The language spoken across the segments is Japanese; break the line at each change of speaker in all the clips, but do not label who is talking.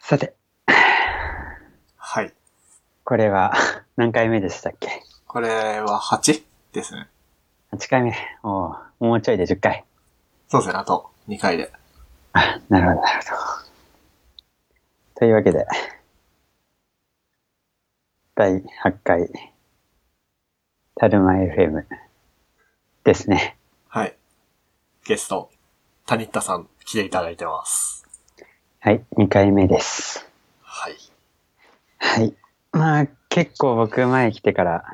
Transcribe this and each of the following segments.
さて、
はい。
これは 何回目でしたっけ
これは 8? ですね。
?8 回目。おうもうちょいで10回。
そうですね、あと2回で。
あなるほど、なるほど。というわけで、第8回、タルマ FM ですね。
はい。ゲスト、タニッタさん来ていただいてます。
はい、2回目です。
はい。
はい。まあ、結構僕前来てから、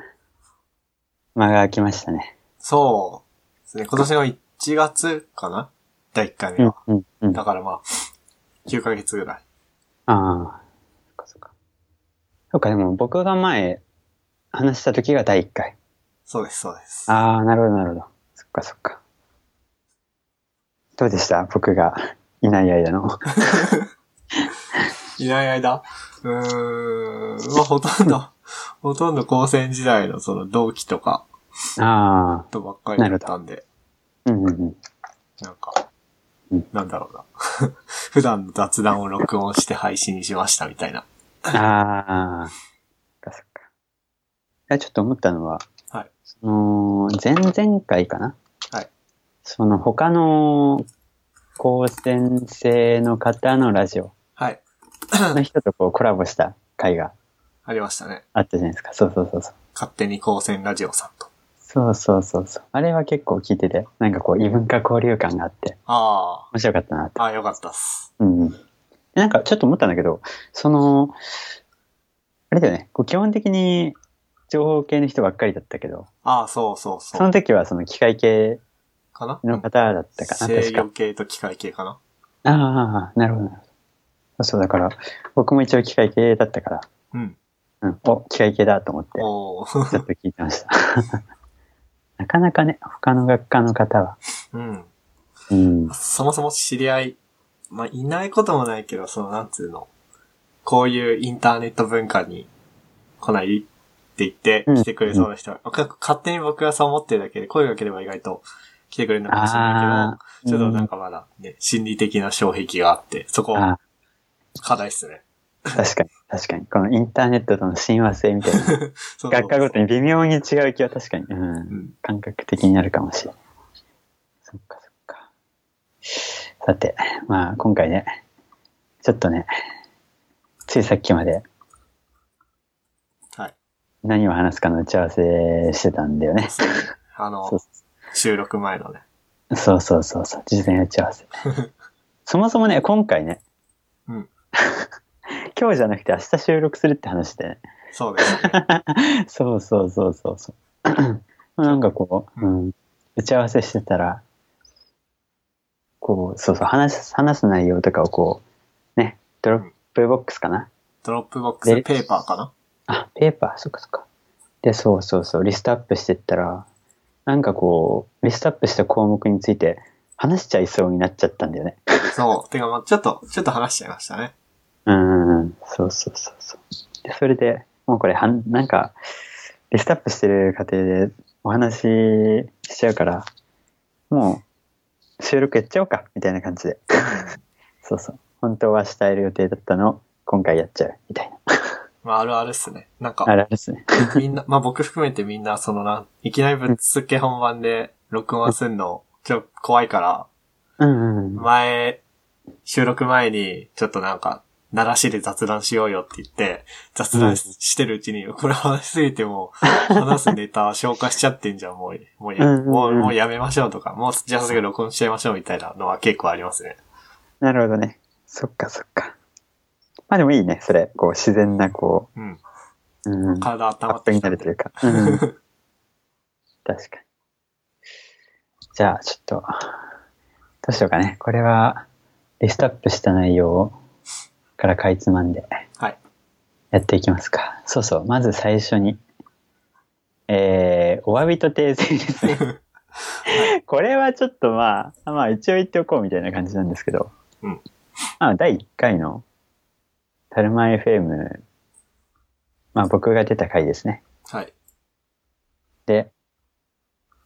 間が空きましたね。
そうですね、今年の1月かな第1回目は。
うん、うん。
だからまあ、9ヶ月ぐらい。
ああ、そっかそっか。そっか、でも僕が前話した時が第1回。
そうです、そうです。
ああ、なるほど、なるほど。そっかそっか。どうでした僕がいない間の。
いない間うーん、まあほとんど、ほとんど高専時代のその同期とか
ああ、
とばっかりだったんで、
うんうんうん。
なんか
うん、
なんだろうな。 普段の雑談を録音して配信にしましたみたいな。
ああ、そっかそっか。いや、ちょっと思ったのは、
はい
その、前々回かな
はい。
その他の高専生の方のラジオ
はい。
の人とこうコラボした回が
ありましたね。
あったじゃないですか。そうそうそうそう。
勝手に高専ラジオさんと。
そうそうそうそう。あれは結構聞いてて、なんかこう異文化交流感があって、
あ
面白かったなって。
あ、ああ、よかったっす。
うん。でなんかちょっと思ったんだけど、その、あれだよね、こう基本的に情報系の人ばっかりだったけど、
ああ、そうそうそ。
そうの時はその機械系
かな
の方だったかな、
制
確か
御。系と機械系かな
ああ、なるほどなるほど。そう、だから、僕も一応機械系だったから、
うん。
うん、お、機械系だと思って、
おー
ちょっと聞いてました。 なかなかね、他の学科の方は。
うん。
うん。
そもそも知り合い、まあ、いないこともないけど、その、なんつうの、こういうインターネット文化に来ないって言って
うん
来てくれそうな人は、か勝手に僕がそう思ってるだけで、声かければ意外と来てくれるのかもしれない
あ
けど、ちょっとな
あ
んかまだね、心理的な障壁があって、そこ、
あ
課題っすね。
ー、確かに、確かに。このインターネットとの親和性みたいな。
そうそう
学科ごとに微妙に違う気は確かに、う、
うんん。
感覚的になるかもしれない。そっかそっか。さて、まあ今回ね、ちょっとね、ついさっきまで
はい。
何を話すかの打ち合わせしてたんだよね。
そうねあの、
そう
収録前のね。
そうそうそうそう、事前打ち合 わせ。そもそもね、今回ね、
うん。
今日じゃなくて明日収録するって話で、ね、
そうですね。
そうそうそうそうそう。 なんかこう、うん、打ち合わせしてたら、こう、そうそう、話す、話す内容とかをこう、ね、ドロップボックスかな。
ドロップボックス
で
ペーパーかな
あ、ペーパー、そっかそっか。で、そうそうそう、リストアップしてったら、なんかこう、リストアップした項目について話しちゃいそうになっちゃったんだよね。
そう。てか、まあちょっと、ちょっと話しちゃいましたね。
うん、そうそうそうそう。で、それで、もうこれ、はんなんか、リストアップしてる過程でお話ししちゃうから、もう、収録やっちゃおうか、みたいな感じで。そうそう。本当は明日やる予定だったのを、今回やっちゃう、みたいな。
まああるあるっすね。なんか
あ、れですね。
みんな、まあ僕含めてみんな、そのな、いきなりぶっつけ本番で録音するの、ちょっと怖いから、
うんうんうん。
前、収録前に、ちょっとなんか、鳴らしで雑談しようよって言って、雑談ししてるうちに、これ話しすぎてもう、話すネタ消化しちゃってんじゃん、もう、もう や、
うんうんうん
もう、もうやめましょうとか、もう、じゃあすぐ録音しちゃいましょうみたいなのは結構ありますね。
なるほどね。そっかそっか。まあでもいいね、それ。こう、自然な、こ
うん。
う、うん。
体温
ア
ま
ッ
っ
プ
て
に
き
な
た
る
ん
とい
で。
うか。うん、 確かに。じゃあ、ちょっと、どうしようかね。これは、リストアップした内容からかいつまんで、
はい。
やっていきますか。そうそう、まず最初に、えー、お詫びと訂正です ね。 これはちょっとまあ、まあ一応言っておこうみたいな感じなんですけど、
うん
まあ第1回の、タルマ FM、まあ僕が出た回ですね。
はい。
で、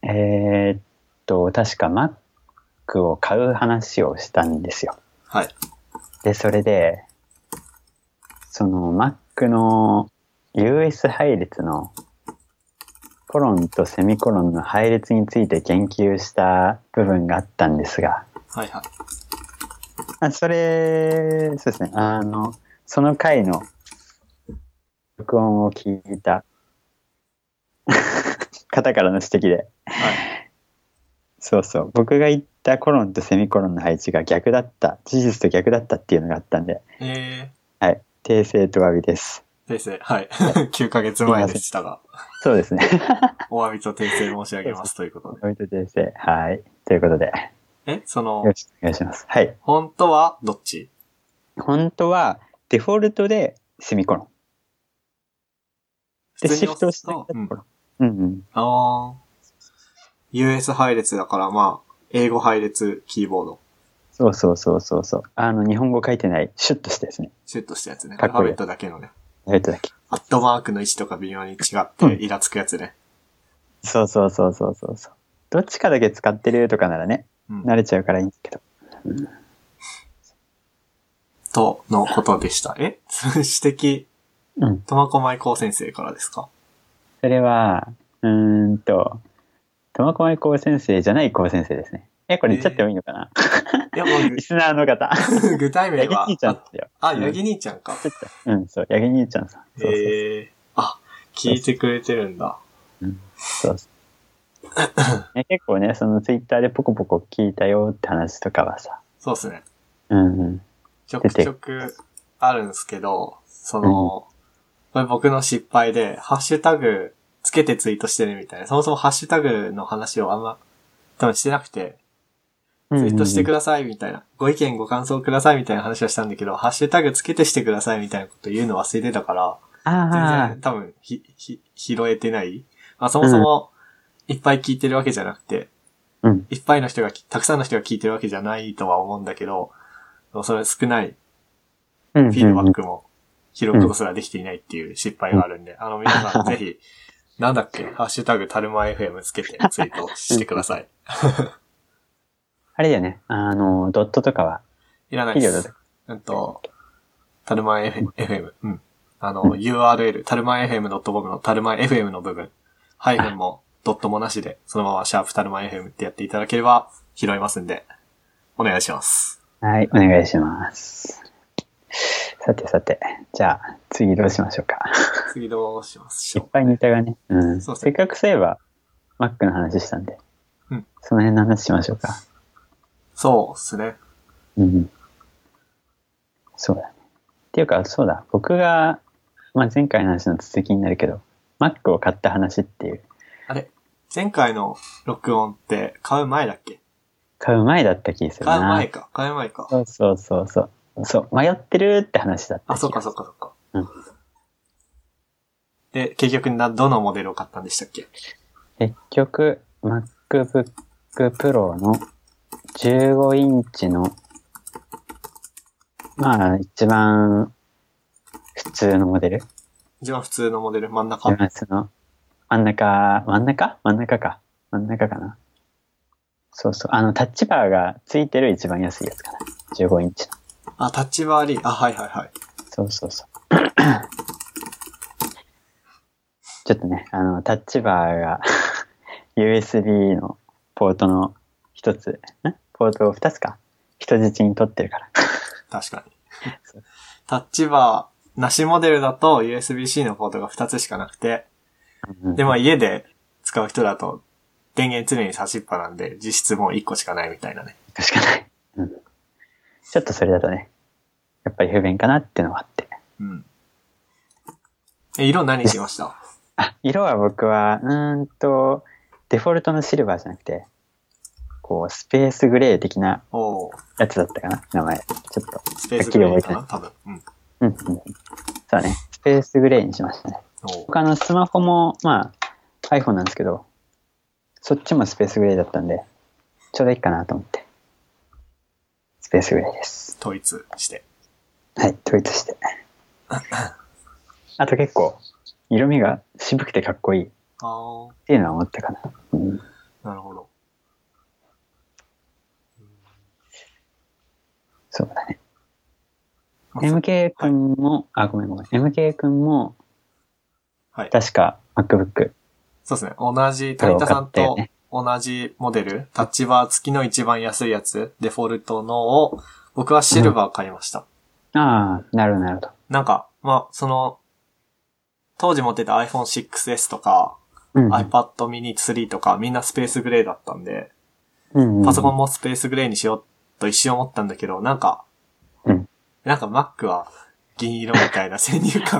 えーっと、確か Mac を買う話をしたんですよ。
はい。
で、それで、その Mac の US 配列のコロンとセミコロンの配列について言及した部分があったんですが、
はいはい。
あそれ、そうですね、あの、その回の録音を聞いた 方からの指摘で、
はい。
そうそう、僕が言ったコロンとセミコロンの配置が逆だった、事実と逆だったっていうのがあったんで、
え
はい、訂正とお詫びです。
ー、訂正。はい。9ヶ 月前でしたが、
そうですね。
お詫びと訂正申し上げますということで。
お詫びと訂正。はい。ということで、よ
え、その、
ろしくお願いします。はい。
本当はどっち
本当は、デフォルトでセミコロン。
普
で、
通
シ
に
フト
押
をし
す
て
と、う
う
ん。
んうん。
あー US 配列だから、まあ、英語配列キーボード、
そうそうそうそうそう。あの、日本語書いてない、シュッとしてですね。
シュッとしたやつね。ア
かっ
ルファ
こいい
ベットだけのね。
やるとだけ。
アットマークの位置とか微妙に違って、イラつくやつね。
そうそうそうそうそうそう。どっちかだけ使ってるとかならね、
うん。
慣れちゃうからいいんですけど。
とのことでした。え 指摘、
うん。
苫小牧高先生からですか
それは、うーんと、苫小牧高先生じゃない高先生ですね。え、これ言っちゃってもいいのかな、
いや、もう
リスナーの方。
ぐ、 具体名
ヤギ
は
兄、ちゃんですよ。
あ、ヤギ兄ちゃんか。
ちょっと、うん、そう、ヤギ兄ちゃんさん。そうそうそう
へえあ、聞いてくれてるんだ。
そうそう、ね。結構ね、そのツイッターでポコポコ聞いたよって話とかはさ、
そうですね。
うんうん。
ちょくちょくあるんですけど、その、これ僕の失敗で、ハッシュタグつけてツイートしてるみたいな。そもそもハッシュタグの話をあんま、多分してなくて、ツイートしてく
だ
ださいみたいな。ご意見ご感想くださいみたいな話をしたんだけど、ハッシュタグつけてしてくださいみたいなこと言うの忘れてたから、全
あ
然多分ひ、ひ、拾えてない。まあそもそも、いっぱい聞いてるわけじゃなくて、
あ、うん。
いっぱいの人がき、たくさんの人が聞いてるわけじゃないとは思うんだけど、でもそれ少ない
フ
フィードバックも拾うことすらできていないっていう失敗があるんで、あの皆さんぜひ、なんだっ け、ハッシュタグタルマ FM つけてツイートしてくだ さい。
あれだよね。あの、ドットとかは、
いらない
企業だ
です
と。。
うんと、タルマ FM、うん。あの、URL、タルマ FM.com のタルマ FM の部分、ハイフンもドットもなしで、そのままシャープタルマ FM ってやっていただければ拾いますんで、お願いします。
はい、お願いします。さてさて、じゃあ、次どうしましょうか。
次どうしまし
いっ
ょ
ぱいネタがね。うん。
そうです
せ
ね
っかくそういえば、Mac の話したんで。
うん
その辺の話しましょうか。
う。そうですね。
うん。そうだね。っていうか、そうだ。僕が、まあ、前回の話の続きになるけど、Mac を買った話っていう、
あれ前回の録音って買う前だっけ
買う前だった気がするな。
買う前か、買う前か。
そうそうそうそう。そう、迷ってるって話だった
あ、
気がす
そ
る
っかそっかそっか。
うん
で、結局な、どのモデルを買ったんでしたっけ
結局、MacBook Pro の15インチの、まあ、一番普通のモデル。
一番普通のモデル、真ん中
一。番その、真ん中、真ん中真ん中か。真ん中かな。そうそう。あの、タッチバーがついてる一番安いやつかな。15インチの。
あ、タッチバーリー。あ、はいはいはい。
そうそうそう。ちょっとね、あの、タッチバーが USB のポートの一つ、んポートを二つか。人質に取ってるから。
確かに
そう。
タッチバー、なしモデルだと USB-C のポートが2つしかなくて、
うん
で、まあ家で使う人だと、電源常に差しっぱなんで、実質もう1個しかないみたいなね。
しかない。うん。ちょっとそれだとね、やっぱり不便かなってのもあって。
うん。え、色何にしました
あ、色は僕は、うーんと、デフォルトのシルバーじゃなくて、こう、スペースグレー的な
おー
やつだったかな名前。ちょっと。
スペースグレーかな多分。うん。
うん、うん。そうね。スペースグレーにしましたね。
おー
他のスマホも、まあ、iPhone なんですけど、そっちもスペースグレーだったんで、ちょうどいいかなと思って。スペースグレーです。
統一して。
はい、統一 して。あと結構、色味が渋くてかっこいいっ
あー、
ていうのは思ったかな。うん
なるほど。
そうだね。
まあ
MK 君も、あ、ごめんごめん。MK 君も、
はい。
確か MacBook。
そうですね。同じ、タイタさん
そう買っ
と
たよね
同じモデル、タッチバー付きの一番安いやつ、デフォルトのを、僕はシルバー買いました。
ああ、なるほどなるほど。
なんか、まあ、その、当時持ってた iPhone6S とか、
うん
iPad mini 3とか、みんなスペースグレーだったんで、
うん
パソコン
も。
もスペースグレーにしようと一瞬思ったんだけど、なんか、
うん
なんか Mac は銀色みたいな先入観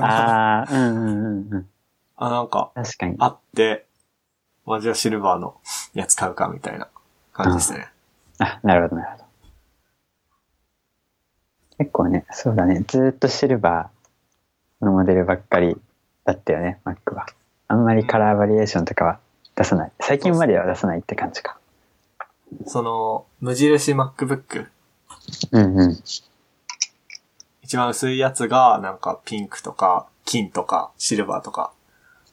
あ
が、
あ、うんうんうんうん。
あ、なんか、
確かに。
あって、まあ、じゃあシルバーのやつ買うか、みたいな感じですね。
あ、なるほど、なるほど。結構ね、そうだね、ずーっとシルバーのモデルばっかりだったよね、Mac は。あんまりカラーバリエーションとかは出さない。最近までは出さないって感じか。
その、無印 MacBook、
うんうん。
一番薄いやつが、なんかピンクとか、金とか、シルバーとか、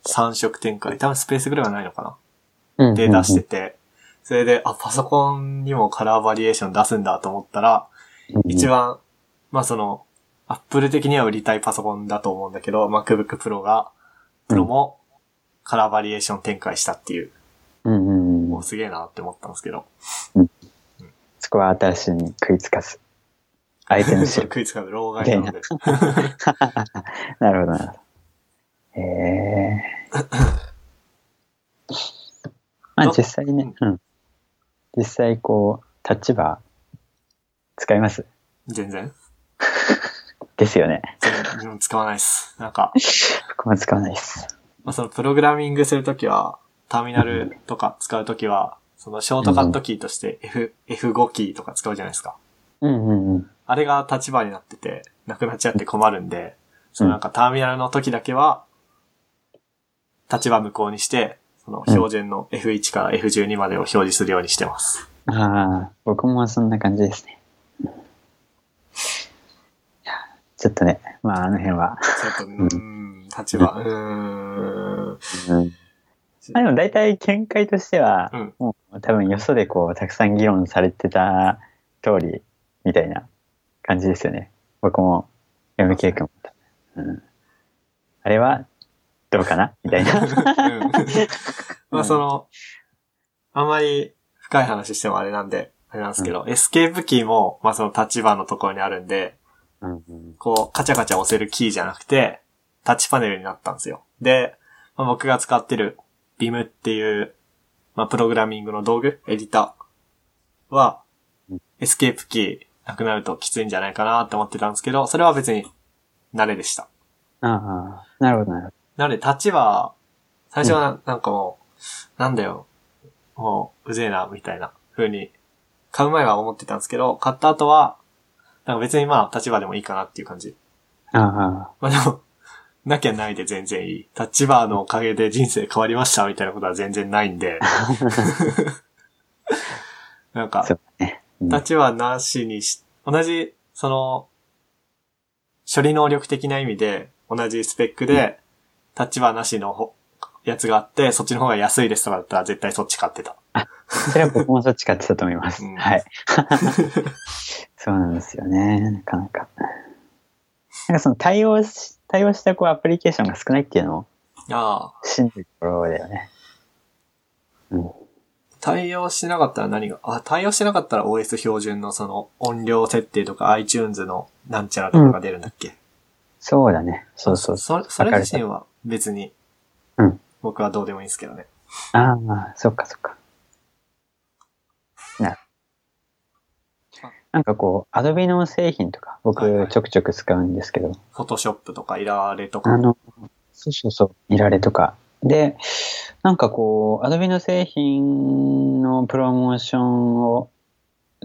3色展開。多分スペースグレーはないのか
うんうんう
なんで出してて、それで、あ、パソコンにもカラーバリエーション出すんだと思ったら、一
応。
番、まあその、Apple 的には売りたいパソコンだと思うんだけど、MacBook Pro が、Pro もカラーバリエーション展開したっていう、
うんうんう
も
ん
う。すげえなって思ったんですけど。
そこは新しいに食いつかず。相手のシルバ
食いつかず、老害なので。
ー。なるほど、なるほど。えーまあ実際ね、うん。実際こう、タッチバー使います
全然。
ですよね。
全然使わないっす。なんか、
僕も使わないです。
まあ、そのプログラミングするときは、ターミナルとか使うときは、そのショートカットキーとして F、F5 キーとか使うじゃないですか。
うんうんうん。
あれが立場になってて、なくなっちゃって困るんで、そのなんかターミナルの時だけは、立場無効にして、その標準の F1 から F12 までを表示するようにして ます。
ああ、僕もそんな感じですね。いやちょっとね、まああの辺は。
ちょっと、うーん、立場、うーん。
うん、まあでも大体見解としては、
うん
もう多分よそでこう、たくさん議論されてた通りみたいな感じですよね。僕も MK 君も、うん。あれはどうかなみたいな。
うんまあその、あまり深い話してもあれなんで、あれなんですけど、エスケープキーも、まあそのタッチバーのところにあるんで、
うんうん
こう、カチャカチャ押せるキーじゃなくて、タッチパネルになったんですよ。で、まあ僕が使ってる BIM っていう、まあプログラミングの道具、エディターは
うん、
エスケープキーなくなるときついんじゃないかなって思ってたんですけど、それは別に慣れでした。
ああ、なるほどなる
なので、立ちは、最初はななんかもう、なんだよ、もう、うぜえな、みたいな風に、買う前は思ってたんですけど、買った後は、なんか別にまあ、立場でもいいかなっていう感じ。
ほど。あ
まあでも、なきゃないで全然いい。タッチバーのおかげで人生変わりましたみたいなことは全然ないんで。なん
あ、
か
そ、うだね。うん
タッチバーなしにし、同じ、その、処理能力的な意味で、同じスペックで、タッチバーなしのほやつがあって、そっちの方が安いですとかだったら絶対そっち買ってた。
それは僕もそっち買ってたと思います。
うん
はい。 そうなんですよね。なかなか。なんかその対応し、対応したこうアプリケーションが少ないっていうのを
ああ。
信じるところだよね。うん。
対応しなかったら何が、あ、対応しなかったら OS 標準のその音量設定とか iTunes のなんちゃらとかが出るんだっけ、
そうだね。そうそうそ
そそれ自身は別に、
うん
僕はどうでもいいんですけどね。
う。ああ、そっかそっか。なるなんかこう、アドビの製品とか、
はいは
僕
い
ちょくちょく使うんですけど、
フォトショップとかイラーレとか。
あの、そうそうそう、見られとか。で、なんかこう、アドビの製品のプロモーションを、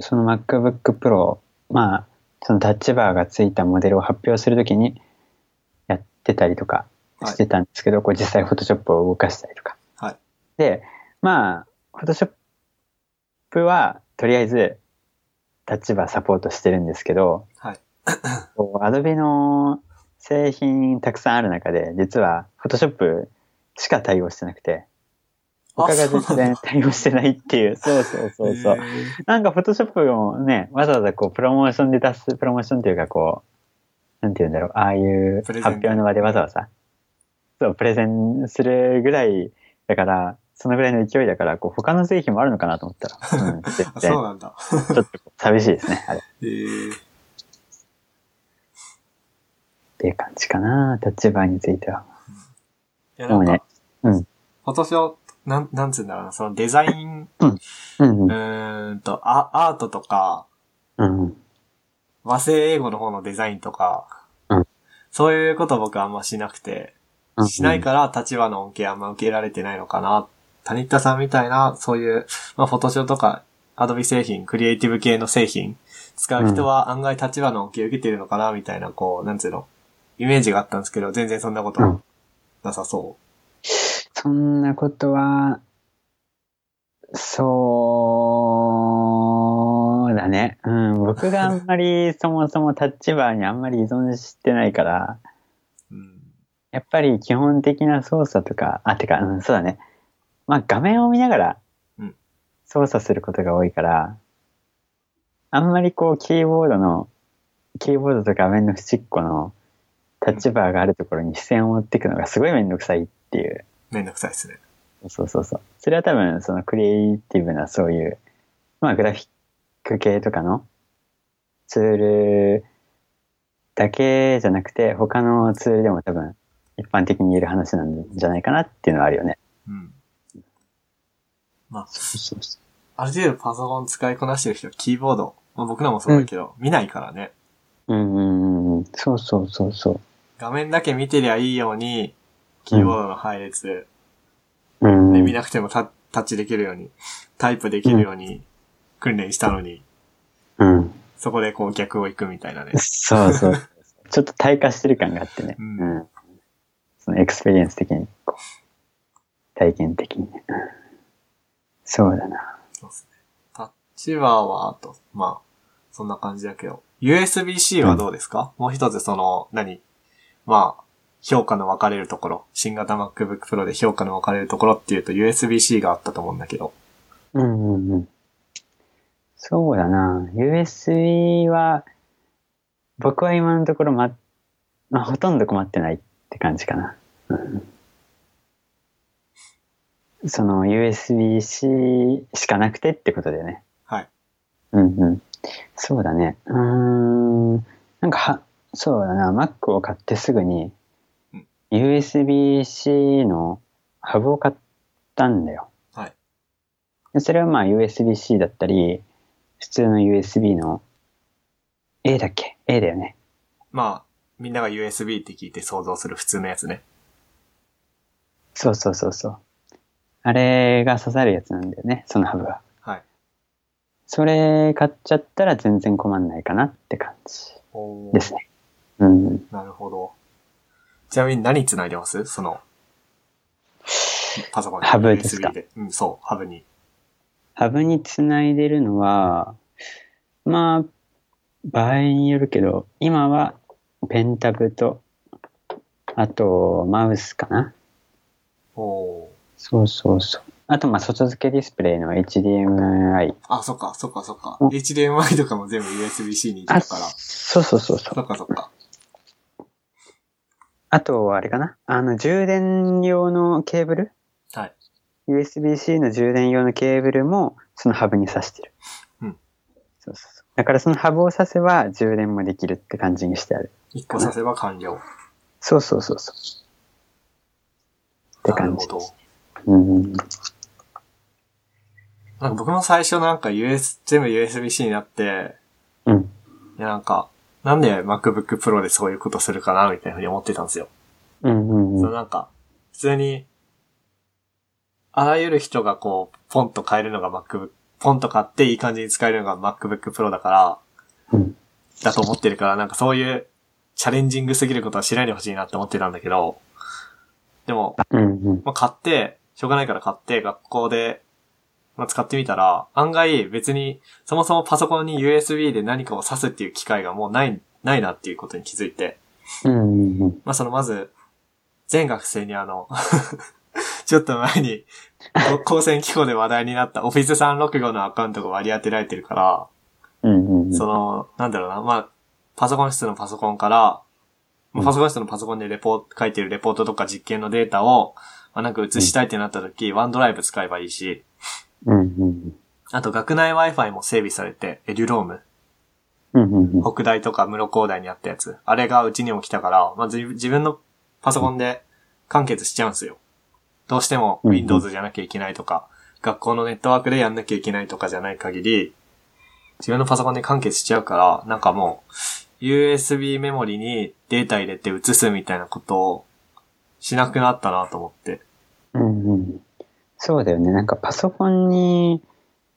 その MacBook Pro、まあ、そのタッチバーがついたモデルを発表するときにやってたりとか
はい
してたんですけど、こう実際 Photoshop を動かしたりとか。
はい
で、まあ、Photoshop はとりあえずタッチバーサポートしてるんですけど、
はい。
こう、アドビの製品たくさんある中で、実は Photoshop しか対応してなくて、他が全然対応してないっていう、そうそうそうそう。なんか Photoshop をね、わざわざこう、プロモーションで出す、プロモーションっていうかこう、なんて言うんだろう、ああいう
プレゼ
発
ン
表の場でわざわざ、そう、プレゼンするぐらいだから、そのぐらいの勢いだから、こう、他の製品もあるのかなと思ったら、 うん、全
あ、
然、ち
そう
ょ
なんだ。
っと寂しいですね、あれ。っ
えー、
ていう感じかな、タッチバーについては。
いや、なん
でもね
か、
うん
今年は、なん、なんつうんだろうな、そのデザイン、
うん
う
うん、
ーんと、あアートとか、
うん、
和製英語の方のデザインとか、
うん
そういうこと僕あんましなくて、
うん。
しないから立場の恩恵あんま受けられてないのかな。谷田さんみたいな、そういう、まあ、フォトショーとか、アドビ製品、クリエイティブ系の製品、使う人は案外立場の恩恵受けてるのかな、みたいな、こう、なんつうの、イメージがあったんですけど、全然そんなこと
うん
なさそ
そんなことは、そうだね。うん、僕があんまりそもそもタッチバーにあんまり依存してないから、
う。うん。
やっぱり基本的な操作とか、あ、てか、うん、そうだね。まあ画面を見ながら
うん
操作することが多いから、あんまりこうキーボードの、キーボードと画面の縁っこのタッチバーがあるところに視線を持っていくのがすごいめんどくさいっていう。
めんどくさいですね。
そうそうそう。それは多分、そのクリエイティブなそういう、まあグラフィック系とかのツールだけじゃなくて、他のツールでも多分一般的に言える話なんじゃないかなっていうのはあるよね。
うん。まあ、
そうそ
ある程度パソコン使いこなしてる人はキーボード、まあ、僕らもそうだけど、見ないからね。
う。うんうんうん。そうそうそうそう。
画面だけ見てりゃいいように、キーボードの配列、
うん
で見なくてもタタッチできるように、タイプできるように訓練したのに、
うん。
そこでこう逆を行くみたいなね。
そうそうそう。ちょっと退化してる感があってね。
うん
うん、そのエクスペリエンス的に、こう体験的にね。うんそうだな。
そうっすねタッチバーは、あと、まあ、そんな感じだけど。USB-C はどうですか、もう一つその、何まあ、評価の分かれるところ。新型 MacBook Pro で評価の分かれるところっていうと USB-C があったと思うんだけど。
うんうんうん。そうだな。USB は、僕は今のところま、まあ、ほとんど困ってないって感じかな。うん、その USB-C しかなくてってことだよね。
はい。
うんうん。そうだね。うーん。なんかは、そうだな。Mac を買ってすぐに
うん、
USB-C のハブを買ったんだよ。
はい。
でそれはまあ USB-C だったり、普通の USB の A だっけ ?A だよね。
まあ、みんなが USB って聞いて想像する普通のやつね。
そうそうそうそう。あれが刺さるやつなんだよね、そのハブは。
はい。
それ買っちゃったら全然困んないかなって感じ
おー
ですね。うん。
なるほど。ちなみに何繋いでますその、パソコンに
ハブですか
USB で。うん、そう、ハブに。
ハブにつないでるのは、まあ、場合によるけど、今はペンタブと、あとマウスかな。
おー
そうそうそう。あと、まあ、外付けディスプレイの HDMI。
あ、そっか、そっか、そっか。
うん
HDMI とかも全部 USB-C に行
あ、
ったから。
そうそうそうそ。
そうっか、そっか。
あと、あれかなあの、充電用のケーブル
はい。
?USB-C の充電用のケーブルも、そのハブに挿してる。
うん。
そうそうそう。だから、そのハブを挿せば、充電もできるって感じにしてある。
一個させば完了。
そうそうそうそう。って
なる
感
ほ
じ。
ど。
うん。
なんか僕も最初なんか US、全部 USB-C になって、
うん。
いやなんか、なんで MacBook Pro でそういうことするかな、みたいなふうに思ってたんですよ。
うんうん
そう
ん。
のなんか、普通に、あらゆる人がこう、ポンと買えるのが MacBook、ポンと買っていい感じに使えるのが MacBook Pro だから、
うん
だと思ってるから、なんかそういうチャレンジングすぎることはしないでほしいなって思ってたんだけど、でも、
うんうん。
まあ、買って、しょうがないから買って、学校で、まあ、使ってみたら、案外別に、そもそもパソコンに USB で何かを挿すっていう機会がもうない、ないなっていうことに気づいて、
うんうんうん。
まあ、その、まず、全学生にあの、 ちょっと前に、こ光線機構で話題になった Office365 のアカウントが割り当てられてるから、
うんうんうん。
その、なんだろうな、まあ、パソコン室のパソコンから、まあパソコニストのパソコンでレポート、書いてるレポートとか実験のデータを、まあ、なんか移したいってなった時、ワンドライブ使えばいいし、
うんうん
あと学内 Wi-Fi も整備されて、エデュローム、
うんうんうん
北大とか室高大にあったやつ、あれがうちにも来たから、まあ、自自分のパソコンで完結しちゃうんですよ。どうしても
うん
Windows じゃなきゃいけないとか、学校のネットワークでやんなきゃいけないとかじゃない限り、自分のパソコンで完結しちゃうから、なんかもう、USB メモリにデータ入れて移すみたいなことをしなくなったなと思って。
うんうんそうだよね。なんかパソコンに、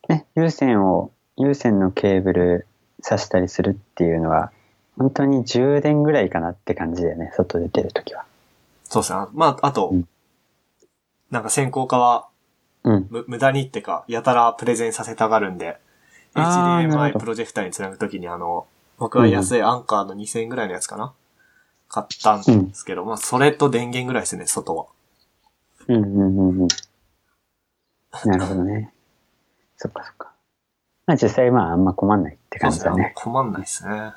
ね、有線を、有線のケーブル挿したりするっていうのは、本当に10電ぐらいかなって感じだよね。外出てるときは。
そうですね。まあ、あと、
うん
なんか先行化は
うん。
む無駄にってか、やたらプレゼンさせたがるんで、
あーなるほ
HDMI
ど
プロジェクターにつなぐときにあの、僕は安いアンカーの2000円ぐらいのやつかな買ったんですけど、まあそれと電源ぐらいですね、外は。
うんうんうんうん。なるほどね。 そっかそっか。まあ実際まああんま困んないって感じだ
そうですね
ね。
困んないですね。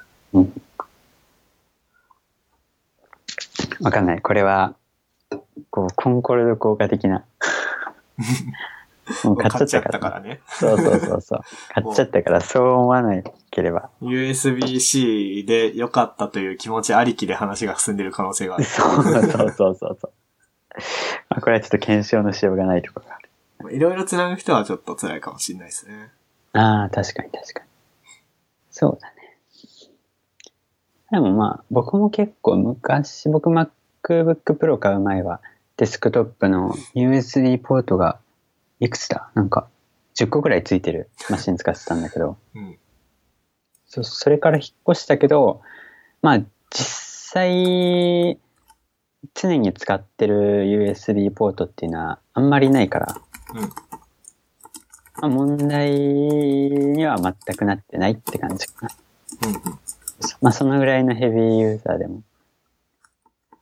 わかんない。これは、こう、コンコルド効果的 な。もう買
買
っ
っ
ち
ちゃ
ゃ
っ
った
たか
から。
らね。
そうそうそう そう。買っちゃったから、そう思わなければ。
USB-C で良かったという気持ちありきで話が進んでる可能 性がある。
そうそうそうそうそう。まあこれはちょっと検証のしようがないところがある。
まあいろいろつなぐ人はちょっと辛いかもしれないですね。
ああ、確かに確かに。そうだね。でもまあ、僕も結構昔、僕 MacBook Pro 買う前は、デスクトップの USB ポートが、いくつだなんか、10個くらいついてるマシン使ってたんだけど、
うん。
そそれから引っ越したけど、まあ実際、常に使ってる USB ポートっていうのはあんまりないから、
うん
まあ、問題には全くなってないって感じかな。
うんうん。
まあそのぐらいのヘビーユーザーでも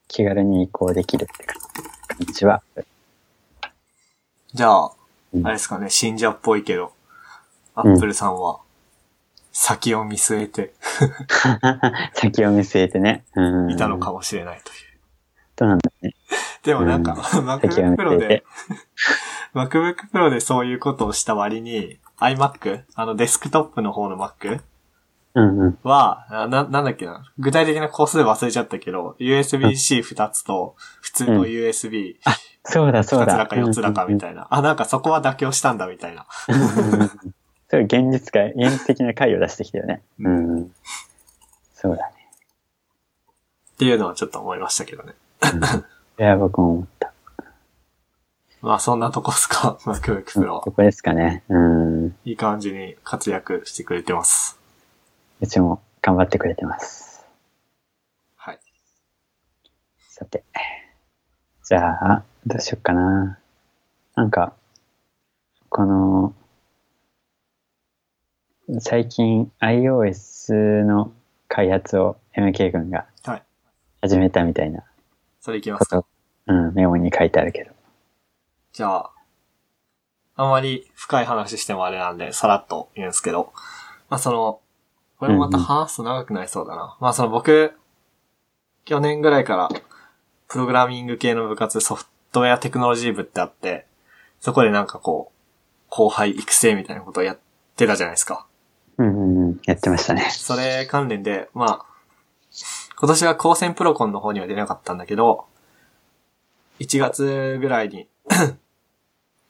気軽に移行できるって感じは。
じゃあ、
うん
あれですかね、信者っぽいけど、ア
うん
ップルさんは、先を見据えて
先を見据えてね。うん
いたのかもしれないという。
どうなんだ
でもなんか、
先を
MacBook
見
Pro
据えて
で、。MacBook Pro でそういうことをした割に、iMac? あのデスクトップの方の Mac?
うんうん。
は、あな、なんだっけな。具体的な個数忘れちゃったけど、USB-C2 つと、普通の
うん
USB2
そうだ
つ
そうだ。
だか4つだかみたいな。あ、なんかそこは妥協したんだみたいな。
そう、現実界、現実的な回を出してきたよね。
う
うん。そうだね。
っていうのはちょっと思いましたけどね。
いや、僕も思った。
まあそんなとこっすか、MacBook
うん
Pro は
こ。こですかね。うん。
いい感じに活躍してくれてます。
うちも頑張ってくれてます。
はい。
さて。じゃあ、どうしよっかな。なんか、この、最近 iOS の開発を MK 君が
はい。
始めたみたいな
それいきま
こ
すか。
と、うん、メモに書いてあるけど。
じゃあ、あんまり深い話してもあれなんで、さらっと言うんですけど。まあその、これもまた話すと長くなりそうだな。まあその僕、去年ぐらいから、プログラミング系の部活、ソフトウェアテクノロジー部ってあって、そこでなんかこう、後輩育成みたいなことをやってたじゃないですか。
うんうんうん、やってましたね。
それ関連で、まあ、今年は高専プロコンの方には出なかったんだけど、1月ぐらいに、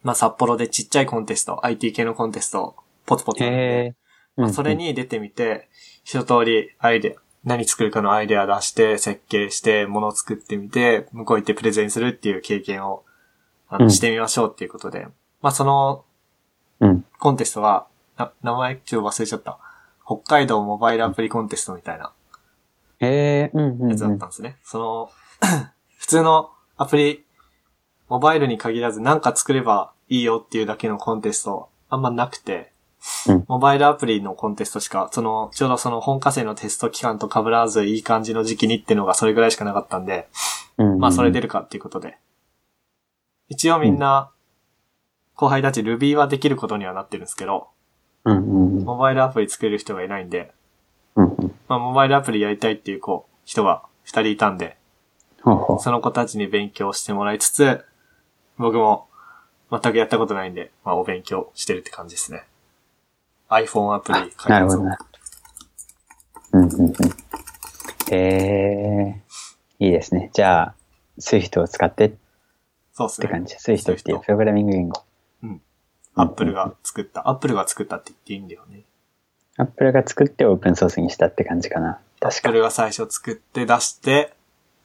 まあ札幌でちっちゃいコンテスト、IT 系のコンテスト、ポツポツあって、
へえ。
まあそれに出てみて、一通りアイデア、何作るかのアイデア出して、設計して、物を作ってみて、向こう行ってプレゼンするっていう経験を、あの、
うん
してみましょうっていうことで、まあその
うん、うん。
コンテストは、な名前ちょっと忘れちゃった。北海道モバイルアプリコンテストみたいな
へえ、うんうん、うん。
やつだったんですね。その、 普通のアプリ、モバイルに限らず何か作ればいいよっていうだけのコンテスト、あんまなくて
うん、
モバイルアプリのコンテストしか、その、ちょうどその本科生のテスト期間と被らずいい感じの時期にってのがそれぐらいしかなかったんで、
うんうん
まあそれ出るかっていうことで。一応みんな、後輩たち Ruby はできることにはなってるんですけど、
うんうんうん
モバイルアプリ作れる人がいないんで、
うんうん
まあ、モバイルアプリやりたいっていう、こう、人が二人いたんで、
ほうほう。
その子たちに勉強してもらいつつ、僕も全くやったことないんで、まあお勉強してるって感じですね。iPhone アプリ
な
開
るほ
発
ど
を
ね。うんうんうん。えー、いいですね。じゃあ、Swift を使ってっ
そうです
て感
ね。
じ。Swift っていうプログラミング言語。
アップルが作った、アップルが作ったって言っていいんだよね。
Apple が作ってオープンソースにしたって感じかな。確
そ
か。
れが最初作って出して、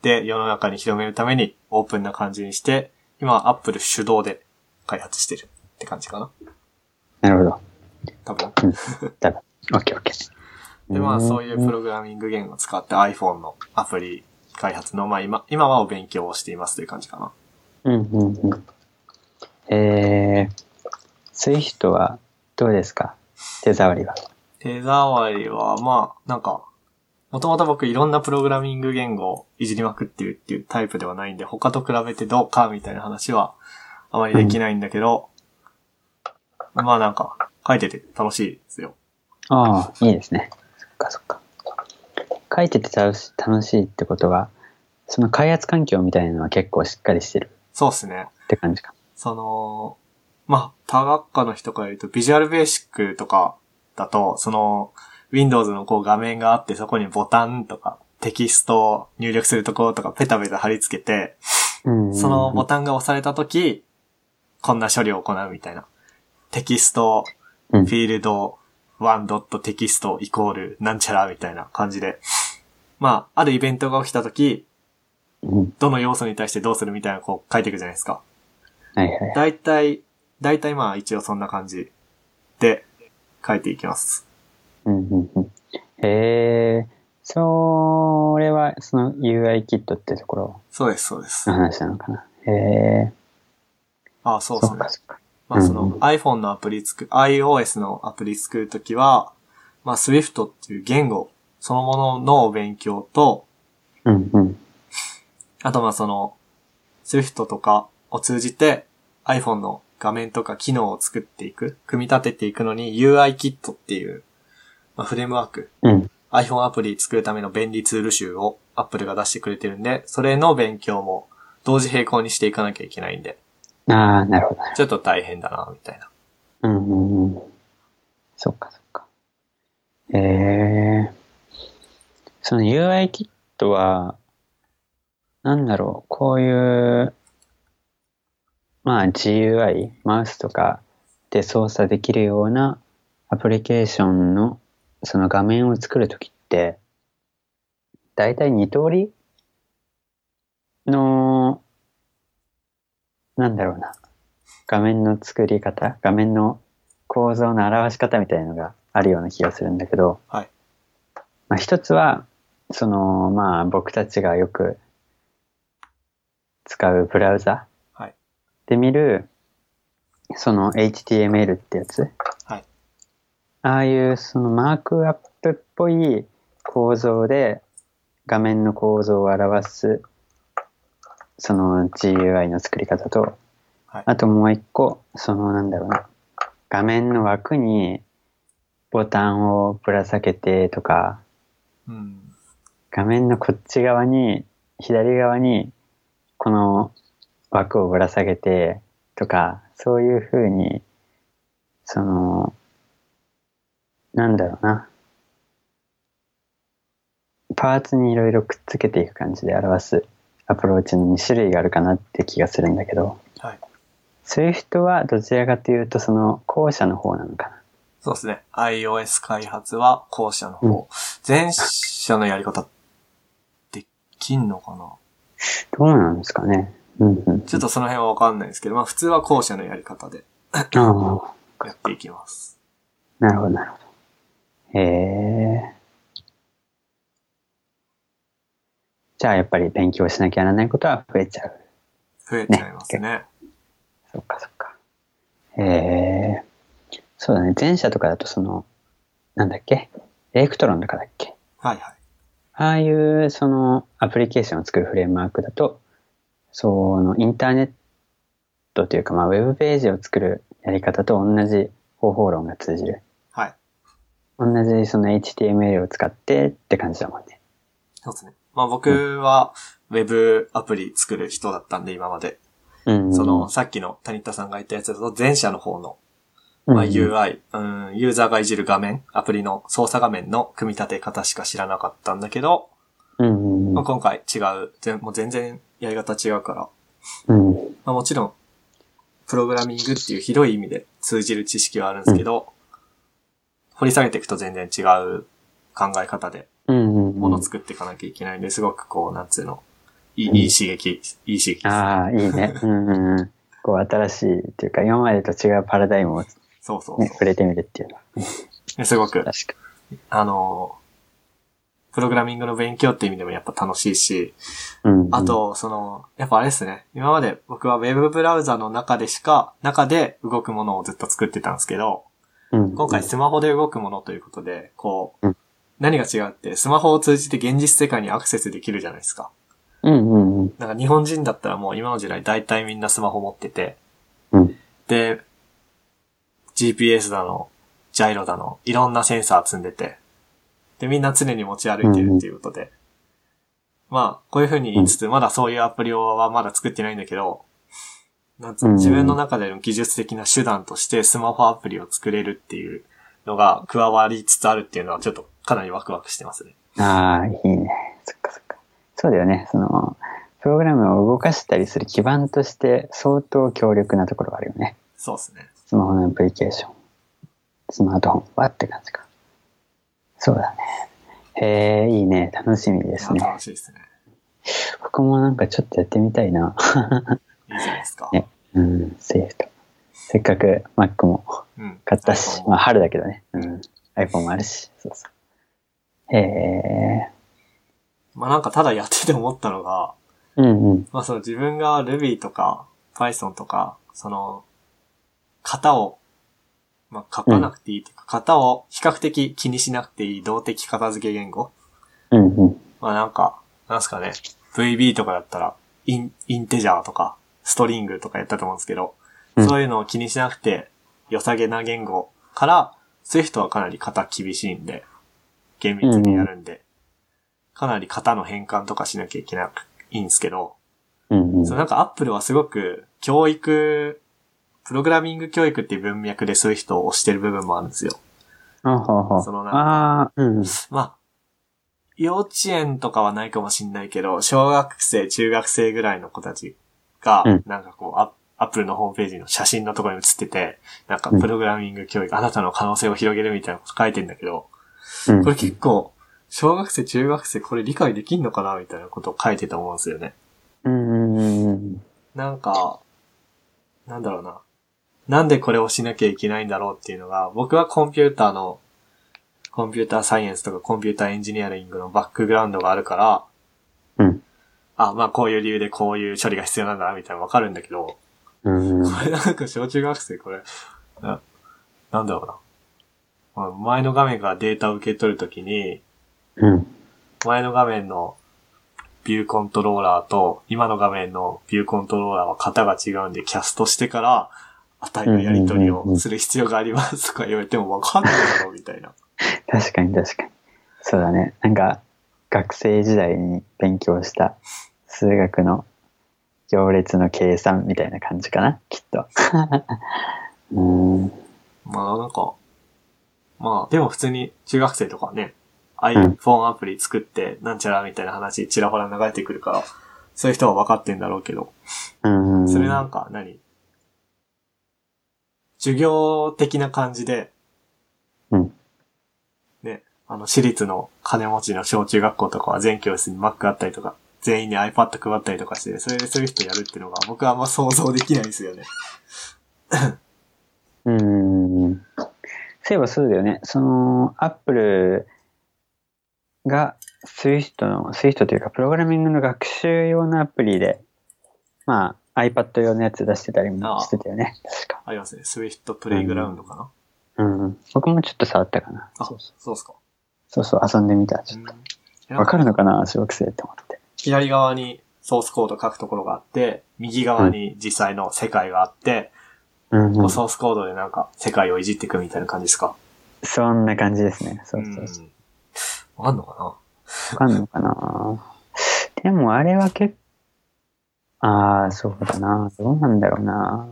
で、世の中に広めるためにオープンな感じにして、今はアップル主導で開発してるって感じかな。
なるほど。
多分。
多分。OKOK。
で、まあそういうプ
ロ。
ログラミング言語を使って iPhone のアプリ開発の、まあ今、今はお勉強をしていますという感じかな。
うんうんうん。えー、Swift はどうですか手触りは。
手触りは、まあ、なんか、もともと僕いろんなプログラミング言語をいじりまくってるっていうタイプではないんで、他と比べてどうかみたいな話はあまりできないんだけど、まあなんか、書いてて楽しいですよ。
ああ、いいですね。そっかそっか。書いてて楽し楽しいってことは、その開発環境みたいなのは結構しっかりしてる
そうですね。
って感じか。
その、まあ、多学科の人から言うと、ビジュアルベーシックとかだと、その、Windows のこう画面があって、そこにボタンとか、テキストを入力するところとかペタペタ貼り付けて、
うん
そのボタンが押されたとき、こんな処理を行うみたいな。テキスト、
う
フ
ん
ィールド、ワンドットテキストイコールなんちゃらみたいな感じで。まあ、あるイベントが起きたとき、
うん。
どの要素に対してどうするみたいなこう書いていくじゃないですか。
はいはい。
だいたい、だいたいまあ一応そんな感じで書いていきます。
うんうんうん。へえ、それは、その UI キットってところ
そうです、そうです
の。話なのかな。へえ、
ああ、そうで
そ
す
っ
ね。
かそっか。
まあそ
うん
の iPhone のアプリ作る、iOS のアプリ作るときは、まあ Swift っていう言語そのもののお勉強と、
うんうん。
あとまあその Swift とかを通じて iPhone の画面とか機能を作っていく、組み立てていくのに UIKit っていう、まあ、フレームワーク、
うん。
iPhone アプリ作るための便利ツール集を Apple が出してくれてるんで、それの勉強も同時並行にしていかなきゃいけないんで、
ああ、なるほど。
ちょっと大変だな、みたいな。
うんうんうん。そっかそっか。ええその UI キットは、なんだろう、こういう、まあ GUI、マウスとかで操作できるようなアプリケーションのその画面を作るときって、だいたい2通りの、なんだろうな、画面の作り方画面の構造の表し方みたいのがあるような気がするんだけど、
はい
まあ、一つはそのまあ僕たちがよく使うブラウザ
はい
で見る、その HTML ってやつ、
はい
ああいうそのマークアップっぽい構造で画面の構造を表すその GUI の作り方と、あともう一個、そのなんだろうな。画面の枠にボタンをぶら下げてとか、
うん。
画面のこっち側に、左側にこの枠をぶら下げてとか、そういう風に、その、なんだろうな。パーツにいろいろくっつけていく感じで表すアプローチの2種類があるかなって気がするんだけど。
はい。
そういう人はどちらかというとその後者の方なのかな。
そうですね。iOS 開発は後者の方。
うん
前者のやり方、できんのかな
どうなんですかね。うんうん。
ちょっとその辺はわかんないですけど、まあ普通は後者のやり方で
ああ、
やっていきます。
なるほどなるほど。へえ。じゃあやっぱり勉強しなきゃならないことは増えちゃう。
増えちゃいますね。
そっかそっか。へえ。そうだね。前者とかだとその、なんだっけエレクトロンとかだっけ
はいはい。
ああいうそのアプリケーションを作るフレームワークだと、そのインターネットというか、まあ、ウェブページを作るやり方と同じ方法論が通じる。
はい。
同じその HTML を使ってって感じだもんね。
そうですね。まあ僕は、ウェブアプリ作る人だったんで、今まで。
うん。
その、、さっきの谷田さんが言ったやつだと、前者の方の、
うん、
まあ、UI、うん、ユーザーがいじる画面、アプリの操作画面の組み立て方しか知らなかったんだけど、
うん。うん
まあ、今回違う、全もう全然やり方違うから、
うん。
まあ、もちろん、プログラミングっていう広い意味で通じる知識はあるんですけど、掘り下げていくと全然違う考え方で
うん。
もの
つ
作っていかなきゃいけないんで、すごくこう、なんつうの、いい
うん
いい刺激、いい刺激です。
ああ、いい ね。うんうんうん。こう、新しいっていうか、今までと違うパラダイムを、ね、
そうそうそ
触れてみるっていうのは。
う。すごく、
確か
あの、プログラミングの勉強っていう意味でもやっぱ楽しいし、
に。うん、うん。
あ、と、その、やっぱあれですね。今まで僕は Web ブラウザの中でしか、中で動くものをずっと作ってたんですけど、
うん、
今回スマホで動くものということで、こ
う、
うん何が違うって、スマホを通じて現実世界にアクセスできるじゃないですか。
うんうんうん。
なんか日本人だったらもう今の時代大体みんなスマホ持ってて、
うん
で、GPS だの、ジャイロだの、いろんなセンサー積んでて、で、みんな常に持ち歩いてるっていうことで、まあ、こういう風に言いつつ、まだそういうアプリはまだ作ってないんだけど、なんつう
うん
自分の中での技術的な手段としてスマホアプリを作れるっていうのが加わりつつあるっていうのはちょっとかなりワクワクしてますね。
ああ、いいね。そっかそっか。そうだよね。その、プログラムを動かしたりする基盤として相当強力なところがあるよね。
そうですね。
スマホのアプリケーション。スマートフォンはって感じか。そうだね。へえ、いいね。楽しみで
い
す
や
ね。
楽しいですね。
僕もなんかちょっとやってみたいな。
いいじゃないですか。
ねうん、セーフと。せっかく Mac も
うん。
買ったし、まあ春だけどね。うん。iPhone もあるし。そうそう。へえ。
まあなんかただやってて思ったのが、
うんうん。
まあその自分が Ruby とか Python とか、その、型を、まあ書かなくていいというか、型を比較的気にしなくていい動的片付け言語。
うんうん。
まあなんか、なんすかね、VB とかだったら、イン、インテジャーとか、ストリングとかやったと思うんですけど、
うん
そういうのを気にしなくて、良さげな言語から、Swift はかなり型厳しいんで、厳密にやるんで、かなり型の変換とかしなきゃいけなく、いいんですけど、
うんうん
そうなんか Apple はすごく、教育、プログラミング教育っていう文脈で Swift を推してる部分もあるんですよ。
あほうほう
そのなんか
ああ、うん。
まあ、幼稚園とかはないかもしんないけど、小学生、中学生ぐらいの子たちが、
うん
なんかこう、アアップルのホームページの写真のところに写ってて、なんか
うん
プログラミング教育、あなたの可能性を広げるみたいなこと書いてんだけど、
うん
これ結構、小学生、中学生、これ理解できんのかなみたいなことを書いてたと思うんですよね。
うんうんうん
なんか、なんだろうな。なんでこれをしなきゃいけないんだろうっていうのが、僕はコンピューターの、コンピューターサイエンスとかコンピューターエンジニアリングのバックグラウンドがあるから、
うん。
あ、まあこういう理由でこういう処理が必要なんだな、みたいなのわかるんだけど、
うんうん。
これなんか小中学生これ、ななんだろうな。まあ前の画面からデータを受け取るときに、
うん。
前の画面のビューコントローラーと今の画面のビューコントローラーは型が違うんでキャストしてから値のやり取りをする必要がありますとか言われてもわかんないだろうみたいな。
確かに確かに。そうだね。なんか、学生時代に勉強した数学の行列の計算みたいな感じかな、きっと。うん。
まあなんか、まあでも普通に中学生とかね、
ん
iPhone アプリ作ってなんちゃらみたいな話ちらほら流れてくるから、そういう人はわかってんだろうけど、
うん。
それなんか何授業的な感じで、
うん
ね、あの、私立の金持ちの小中学校とかは全教室に Mac あったりとか、全員に iPad 配ったりとかして、それでそういう人やるっていうのが僕はあんま想像できないですよね。
うん。そういえばそうだよね。その、アップルが Swift の、Swift というか、プログラミングの学習用のアプリで、まあ、iPad 用のやつ出してたりもしてたよね。確か。
ありますね。Swift プレイグラウンドかな、
うん。僕もちょっと触ったかな。
あ、
そう
そうっすか。
そうそう、遊んでみた。ち
う
ょっ
ん
と。わかるのかな小学生って思って。
左側にソースコード書くところがあって、右側に実際の世界があって、
うん、
こ
う。
うんソースコードでなんか世界をいじっていくみたいな感じですか
そんな感じですね。そうそう
うん。わかんのかな
わかんのかなでもあれは結構、ああ、そうだな。どうなんだろうな。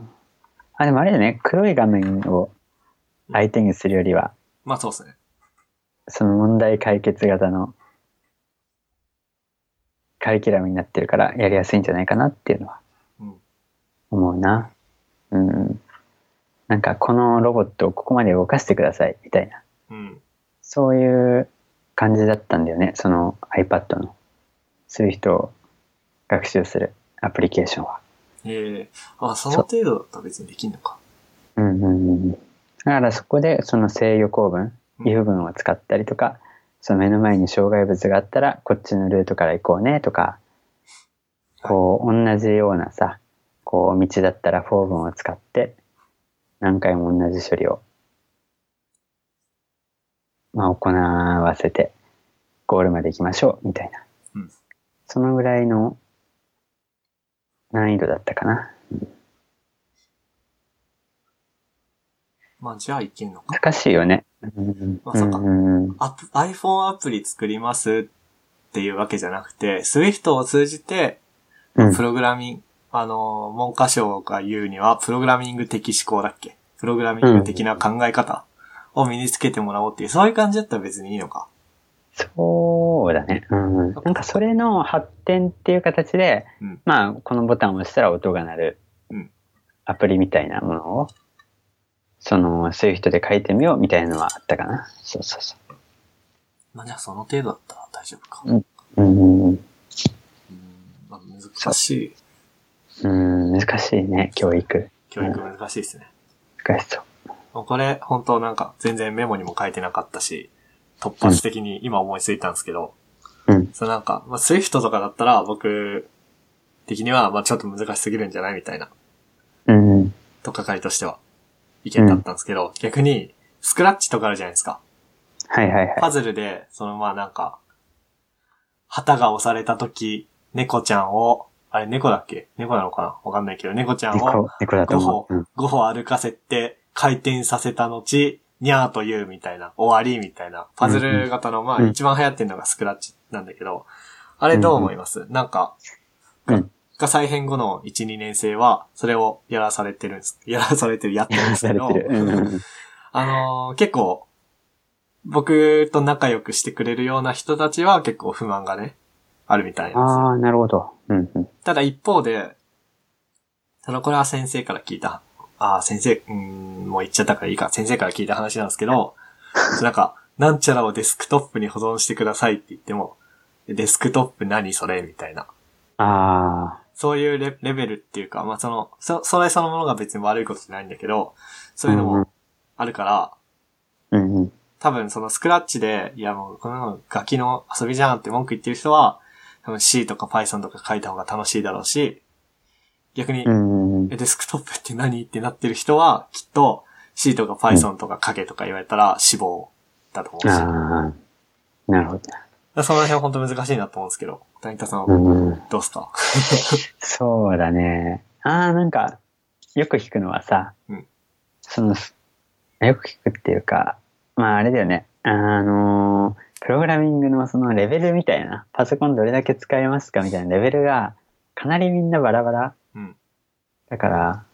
あ、でもあれだね。黒い画面を相手にするよりは、
まあそうですね。
その問題解決型のカリキュラムになってるからやりやすいんじゃないかなっていうのは
うん
思うな。うん。なんかこのロボットをここまで動かしてくださいみたいな。
うん。
そういう感じだったんだよね。その iPad の。そういう人を学習するアプリケーションは。
ええあ、その程度だったら別にできんのか。
うんうんうんうん。だからそこでその制御構文、
うん
if 文を使ったりとか、その目の前に障害物があったらこっちのルートから行こうねとか、こう同じようなさ、こう道だったら for 文を使って何回も同じ処理を、まあ行わせてゴールまで行きましょうみたいな。
うん
そのぐらいの難易度だったかな。
まあじゃあいけんのか。
難しいよね。うん
まさか
うんうん
アプ iPhone アプリ作りますっていうわけじゃなくて、Swift を通じて、
うん
プログラミング、あの、文科省が言うには、プログラミング的思考だっけプログラミング的な考え方を身につけてもらおうっていう、そういう感じだったら別にいいのか。
そうだね。うん。なんかそれの発展っていう形で、
うん
まあ、このボタンを押したら音が鳴る
うん
アプリみたいなものを、その、Swift で書いてみようみたいなのはあったかな。そうそうそ
まあ、じゃあその程度だったら大丈夫か。
うう。うん。
うんまあ、難しい。
うん、難しいね、教育。
教育難しいですね。
難しそう。
もうこれ、本当なんか、全然メモにも書いてなかったし、突発的に今思いついたんですけど、
うん
そうなんか、まあ、スイフトとかだったら、僕的には、まあちょっと難しすぎるんじゃないみたいな、
うん。
とかかりとしては、意見だったんですけど、逆に、スクラッチとかあるじゃないですか。
はいはいはい。
パズルで、そのまあなんか、旗が押された時、猫ちゃんを、あれ猫だっけ猫なのかなわかんないけど、猫ちゃんを
猫、猫だと思う。うん
5歩歩かせて、回転させた後、にゃーと言うみたいな、終わりみたいな、パズル型の、まあ
うん
一番流行ってるのがスクラッチなんだけど、あれどう思いますなんか、
うん
が再編後の1、2年生は、それをやらされてるんです、やらされてる、やってるんです
さ
け
れ
ど
て、る。うんうん
あのー結構、僕と仲良くしてくれるような人たちは結構不満がね、あるみたいなんですよ
ああ、なるほど。うんうん。
ただ一方で、ただこれは先生から聞いた、ああ、先生、うーん、もう言っちゃったからいいか、先生から聞いた話なんです けど、なんか、なんちゃらをデスクトップに保存してくださいって言っても、デスクトップ何それみたいな。
ああ、
そういうレレベルっていうか、まあ、その、そ、それそのものが別に悪いことじゃないんだけど、そういうの
うんう
も
ん
あるから、
うんうん。
多分そのスクラッチで、いやもうこのガキの遊びじゃんって文句言ってる人は、多分 C とか Python とか書いた方が楽しいだろうし、逆に、
うんうん。
えデスクトップって何ってなってる人は、きっと C とか Python とか書けとか言われたら死亡だと思うし、だか
ああ、なるほど。
らその辺本当難しいなと思うんですけど、谷田さん
う
は
んうん。
どうっすか
そうだね。ああ、なんか、よく聞くのはさ、
うん
その、すよく聞くっていうか、まああれだよね。あのー、プログラミングのそのレベルみたいな、パソコンどれだけ使えますかみたいなレベルが、かなりみんなバラバラ。
うん
だから、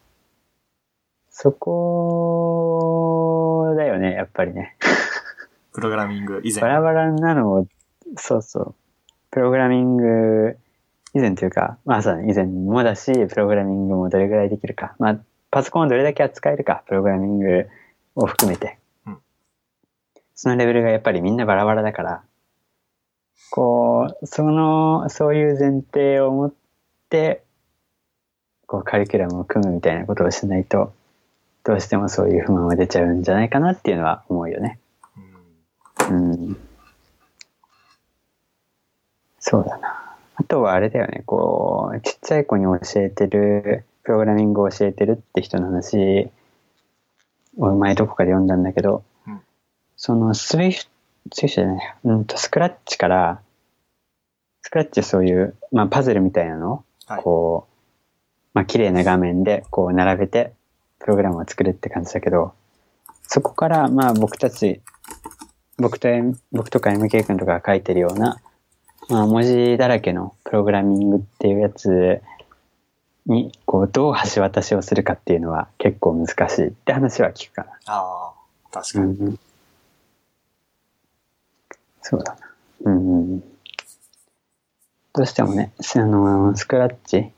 そこだよね、やっぱりね。
プログラミング以前。
バラバラなのを、そうそう、プログラミング、以前というか、まあそうだね、以前もだし、プログラミングもどれぐらいできるか、まあ、パソコンをどれだけ扱えるか、プログラミングを含めて、
うん
そのレベルがやっぱりみんなバラバラだから、こう、その、そういう前提を持って、こう、カリキュラムを組むみたいなことをしないと、どうしてもそういう不満は出ちゃうんじゃないかなっていうのは思うよね。
うん
うんそうだな。あとはあれだよね、こう、ちっちゃい子に教えてる、プログラミングを教えてるって人の話を前どこかで読んだんだけど、
うん
そのスイフスイフトじゃない、うんと、スクラッチから、スクラッチでそういう、まあ、パズルみたいなのを
はい。
こう、まあ、綺麗な画面で、こう、並べて、プログラムを作るって感じだけど、そこから、まあ、僕たち、僕と、僕とか MK 君とかが書いてるような、まあ、文字だらけのプログラミングっていうやつに、こう、どう橋渡しをするかっていうのは結構難しいって話は聞くかな。
ああ、確か
う
に。
ん、そうだな。うんうん。どうしてもね、あの、スクラッチ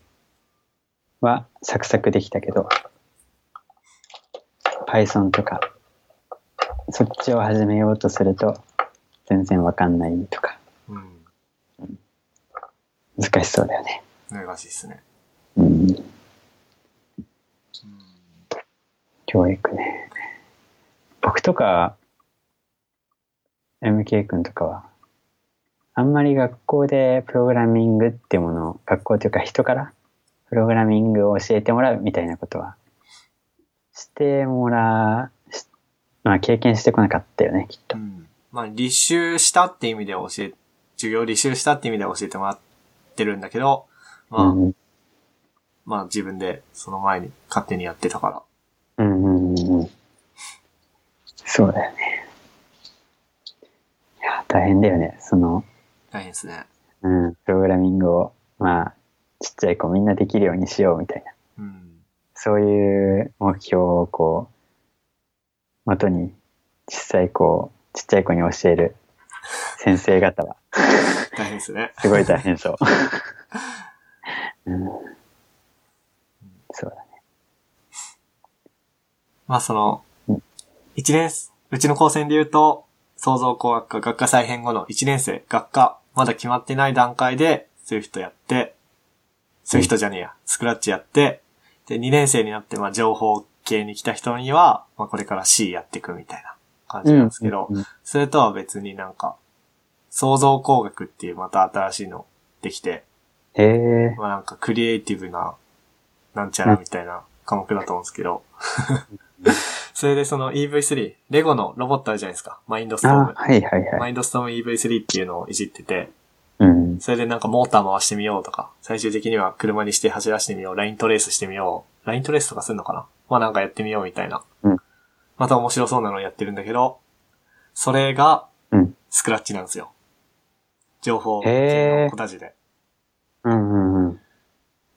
はサクサクできたけど、Python とか、そっちを始めようとすると、全然わかんないとか、
うん。
難しそうだよね。
難しいですね。
うん。
うん。
教育ね。僕とか、MK 君とかは、あんまり学校でプログラミングってものを、学校というか人からプログラミングを教えてもらうみたいなことは、してもらう、しまあ経験してこなかったよね、きっと
う。ん。まあ、履修したって意味で教え、授業履修したって意味で教えてもらってるんだけど、まあ、
うん
まあ自分でその前に勝手にやってたから。
うんうんうんうん。そうだよね。いや、大変だよね。その、
大変ですね。
うん、プログラミングを、まあ、ちっちゃい子みんなできるようにしようみたいな、
うん。
そういう目標をこう、元に、小さい子を、ちっちゃい子に教える先生方は、
大変ですね。
すごい大変そう。うん、そうだね。
まあその
うん、
一年、うちの高専で言うと、創造工学科学科再編後の一年生、学科、まだ決まってない段階で、スイフトやって、スイフトじゃねえや、スクラッチやって、で、二年生になって、まあ情報系に来た人には、まあこれから C やっていくみたいな感じなんですけど、
うん
それとは別になんか、創造工学っていうまた新しいのできて、
へえ
まあなんかクリエイティブな、なんちゃらみたいな科目だと思うんですけど。 それでその EV3、レゴのロボットあるじゃないですか。マインドストー
あ
ム、。
はいはいは
マ
い。
インドストーム EV3 っていうのをいじってて、
うん。
それでなんかモーター回してみようとか、最終的には車にして走らせてみよう、ライントレースしてみよう、ライントレースとかするのかなまあなんかやってみようみたいな。
うん
また面白そうなのをやってるんだけど、それが
うん、
スクラッチなんですよ。情報
へ
系
ー
の子たちで。
うんうんうん。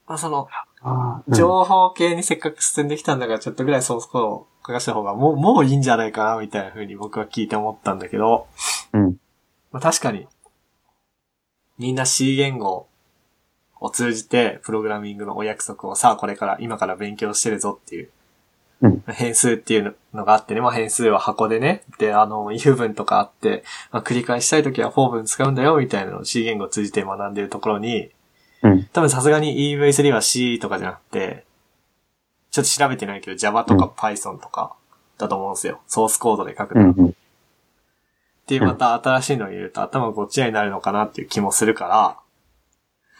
まあその、
あーうん
情報系にせっかく進んできたんだから、ちょっとぐらいソースコードを書かした方が、もう、もういいんじゃないかな、みたいな風に僕は聞いて思ったんだけど、
うん。
まあ確かに、みんな C 言語を通じて、プログラミングのお約束をさあこれから、今から勉強してるぞっていう、
うん
変数っていうのがあってね、まあ変数は箱でね、で、あの、if 文とかあって、まあ繰り返したいときは for 文使うんだよ、みたいなのを C 言語を通じて学んでるところに、
うん。
多分さすがに EV3 は C とかじゃなくて、ちょっと調べてないけど Java と
う
か Python とかだと思うんですよ。ソースコードで書く
う
の
ん
ら。っ
うん。
ていうまた新しいのを入れると頭ごっちゃになるのかなっていう気もするか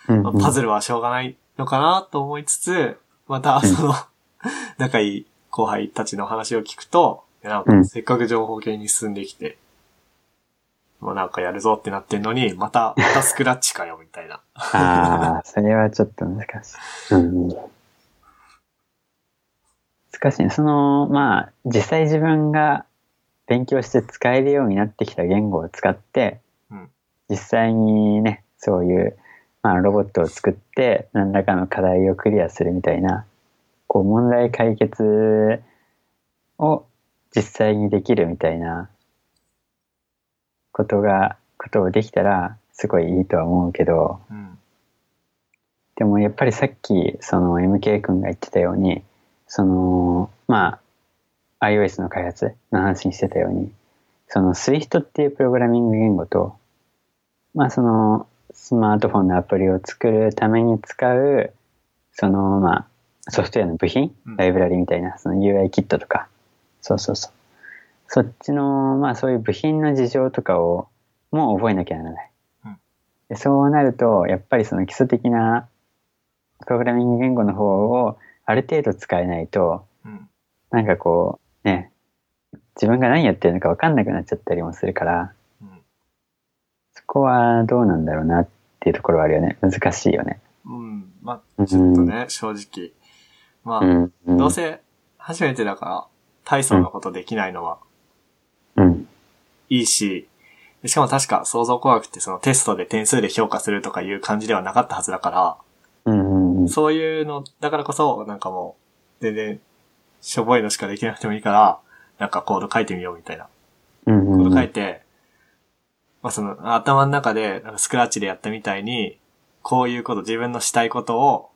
ら、
うん
まあ
うん
パズルはしょうがないのかなと思いつつ、また
うん
その、 仲いい後輩たちの話を聞くと、いやなん
う
か
ん
せっかく情報系に進んできて、まあなんかやるぞってなってんのに、また、またスクラッチかよ、みたいな。
ああ、それはちょっと難しい。うん、難しいね。その、まあ、実際自分が勉強して使えるようになってきた言語を使って、
うん
実際にね、そういう、まあ、ロボットを作って、何らかの課題をクリアするみたいな、こう、問題解決を実際にできるみたいなことが、ことをできたら、すごいいいとは思うけど、
うん。
でもやっぱりさっきその MK 君が言ってたようにそのまあ iOS の開発の話にしてたようにその SWIFT っていうプログラミング言語とまあそのスマートフォンのアプリを作るために使うそのまあソフトウェアの部品
うん
ライブラリみたいなその UI キットとかそうそうそうそっちのまあそういう部品の事情とかをもう覚えなきゃならない
うん
でそうなるとやっぱりその基礎的なプログラミング言語の方をある程度使えないと、
うん。
なんかこう、ね、自分が何やってるのか分かんなくなっちゃったりもするから、
うん。
そこはどうなんだろうなっていうところはあるよね。難しいよね。
うん。ま
う
あ、
ん
ちょっとね、正直。ま
う
あ、
ん。うん
どうせ初めてだから、体操のことできないのは
うん。
いいし、でしかも確か創造工学ってそのテストで点数で評価するとかいう感じではなかったはずだから、
うんうんうん。
そういうの、だからこそ、なんかもう、全然、しょぼいのしかできなくてもいいから、なんかコード書いてみようみたいな。
うん
コ
う
ー
ん
ド
う
書い
ん。
て、まあその、頭の中で、なんかスクラッチでやったみたいに、こういうこと、自分のしたいことを、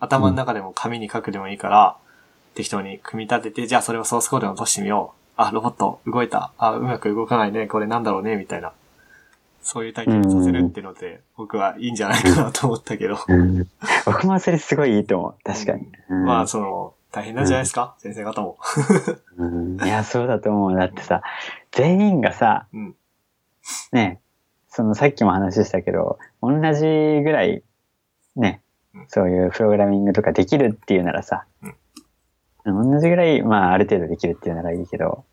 頭の中でも紙に書くでもいいから、適当に組み立てて、じゃあそれをソースコードに落としてみよう。あ、ロボット動いた。あ、うまく動かないね。これなんだろうね。みたいな。そういう体験をさせるっていうので、僕はいいんじゃないかなと思ったけど。
うん僕もそれすごいいいと思う。確かに。うん
まあ、その、大変なんじゃないですか、先生方も。
うんいや、そうだと思う。だってさ、全員がさ、
うん
ね、そのさっきも話したけど、同じぐらい、ね
うん、
そういうプログラミングとかできるっていうならさ、同じぐらい、まあ、ある程度できるっていうならいいけど、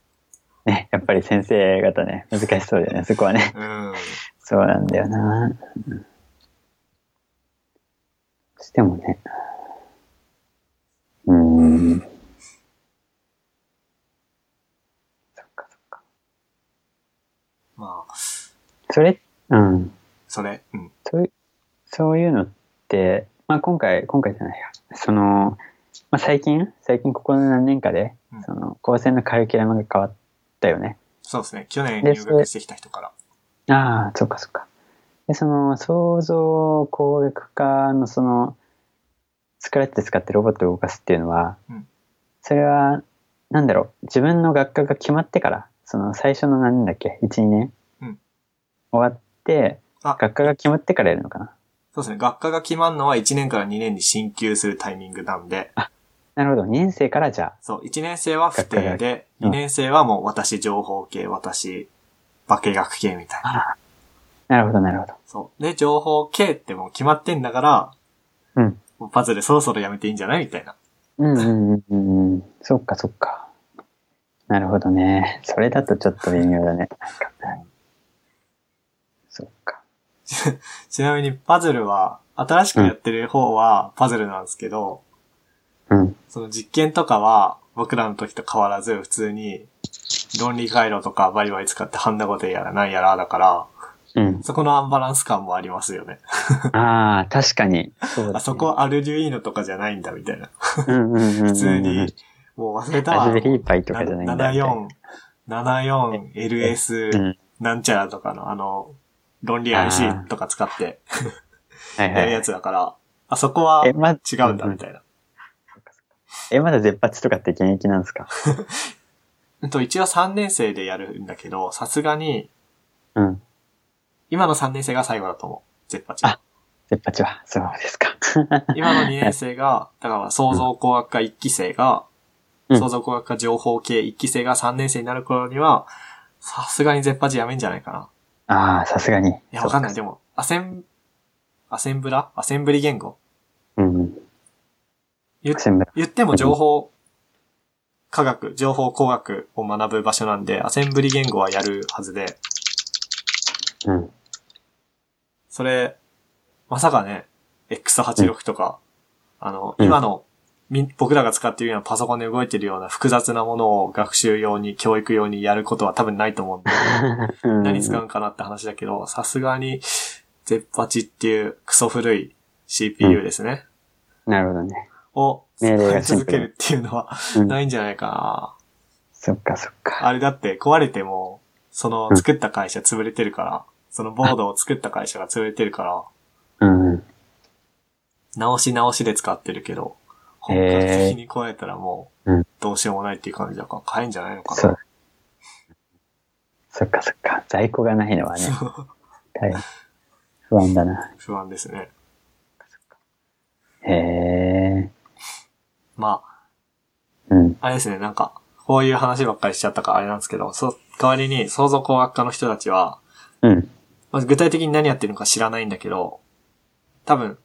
ね、やっぱり先生方ね、難しそうだよね、そこはね。
うん。
そうなんだよな。してもね。うーん。そっかそっか。
まあ、
それ、うん。
それ、うん。
そういう、そういうのって、まあ今回、今回じゃないや。その、まあ最近、最近ここの何年かで、
うん
その、高専のカリキュラムが変わったよね。
そうですね。去年
で
入学してきた人から。
ああ、そっかそっか。で、その、想像工学科のその、スクラッチで使ってロボットを動かすっていうのは、
うん
それは、なんだろう、自分の学科が決まってから、その最初の何年だっけ ?1、2年、
うん
終わって、
あ
学科が決まってからやるのかな
そうですね。学科が決まるのは1年から2年に進級するタイミングなんで、
なるほど、2年生からじゃ
そう、1年生は不定
学
で、
うん
2年生はもう私情報系、私化学系みたい
あ、
な。
あなるほど、なるほど。
そう。で、情報系ってもう決まってんだから、
うん。
もうパズルそろそろやめていいんじゃないみたいな。
うんうんうんうんうん。そっかそっか。なるほどね。それだとちょっと微妙だね。そっか。
ちなみにパズルは、新しくやってる方はパズルなんですけど、
うん。
その実験とかは、僕らの時と変わらず、普通に、論理回路とかバリバリ使ってハンダゴテやらなんやらだから、
うん。
そこのアンバランス感もありますよね。
ああ、確かに。そうだね
あそこはアルデュイーノとかじゃないんだ、みたいな。
うんうんうんうんうん
普通に、もう忘れた
ラ
わ。
ズベリーパイとかじゃないんだみたいな。
74、74LS なんちゃらとかの、あの、論理 IC とか使って
はいは
やる
いは
や
い。
つだから、あそこは
え、ま、
違うんだ、みたいな。
え、まだ絶発とかって現役なんですか
うんと、一応3年生でやるんだけど、さすがに、
うん。
今の3年生が最後だと思う。絶発。
あ絶発は。そうですか。
今の2年生が、だから創造工学科1期生が、
うん
創造工学科情報系1期生が3年生になる頃には、さすがに絶パジやめんじゃないかな。
ああ、さすがに。い
いや、わかんない。でも、アセン、アセンブラアセンブリ言語
うんうん。
言っ
センブラ
言っても情報、科学、情報工学を学ぶ場所なんで、アセンブリ言語はやるはずで、
うん。
それ、まさかね、X86 とか、あの、
うん
今の、み僕らが使っているようなパソコンで動いているような複雑なものを学習用に、教育用にやることは多分ないと思うんで、何使うんかなって話だけど、さすがに、ゼッパチっていうクソ古い CPU ですね。
なるほどね。
を
命令がシン
続
プ
け
ル
るっていうのは
うん
ないんじゃないか
そっかそっ
な。
か。
あれだって壊れても、その作った会社潰れてるから、そのボードを作った会社が潰れてるから、
うんうん。
直し直しで使ってるけど、
へ
本
ー
格的に壊れたらも
う、
うんどうしようもないっていう感じだから、買えんじゃないのか
そ
な
う。。そっかそっか。在庫がないのはね、
そう
大変不安だな。
不安ですね。
へえ。
ま
うん。
あ、あれですね、なんか、こういう話ばっかりしちゃったからあれなんですけど、そ、代わりに創造工学科の人たちは、
うん。
まあ、具体的に何やってるのか知らないんだけど、多分、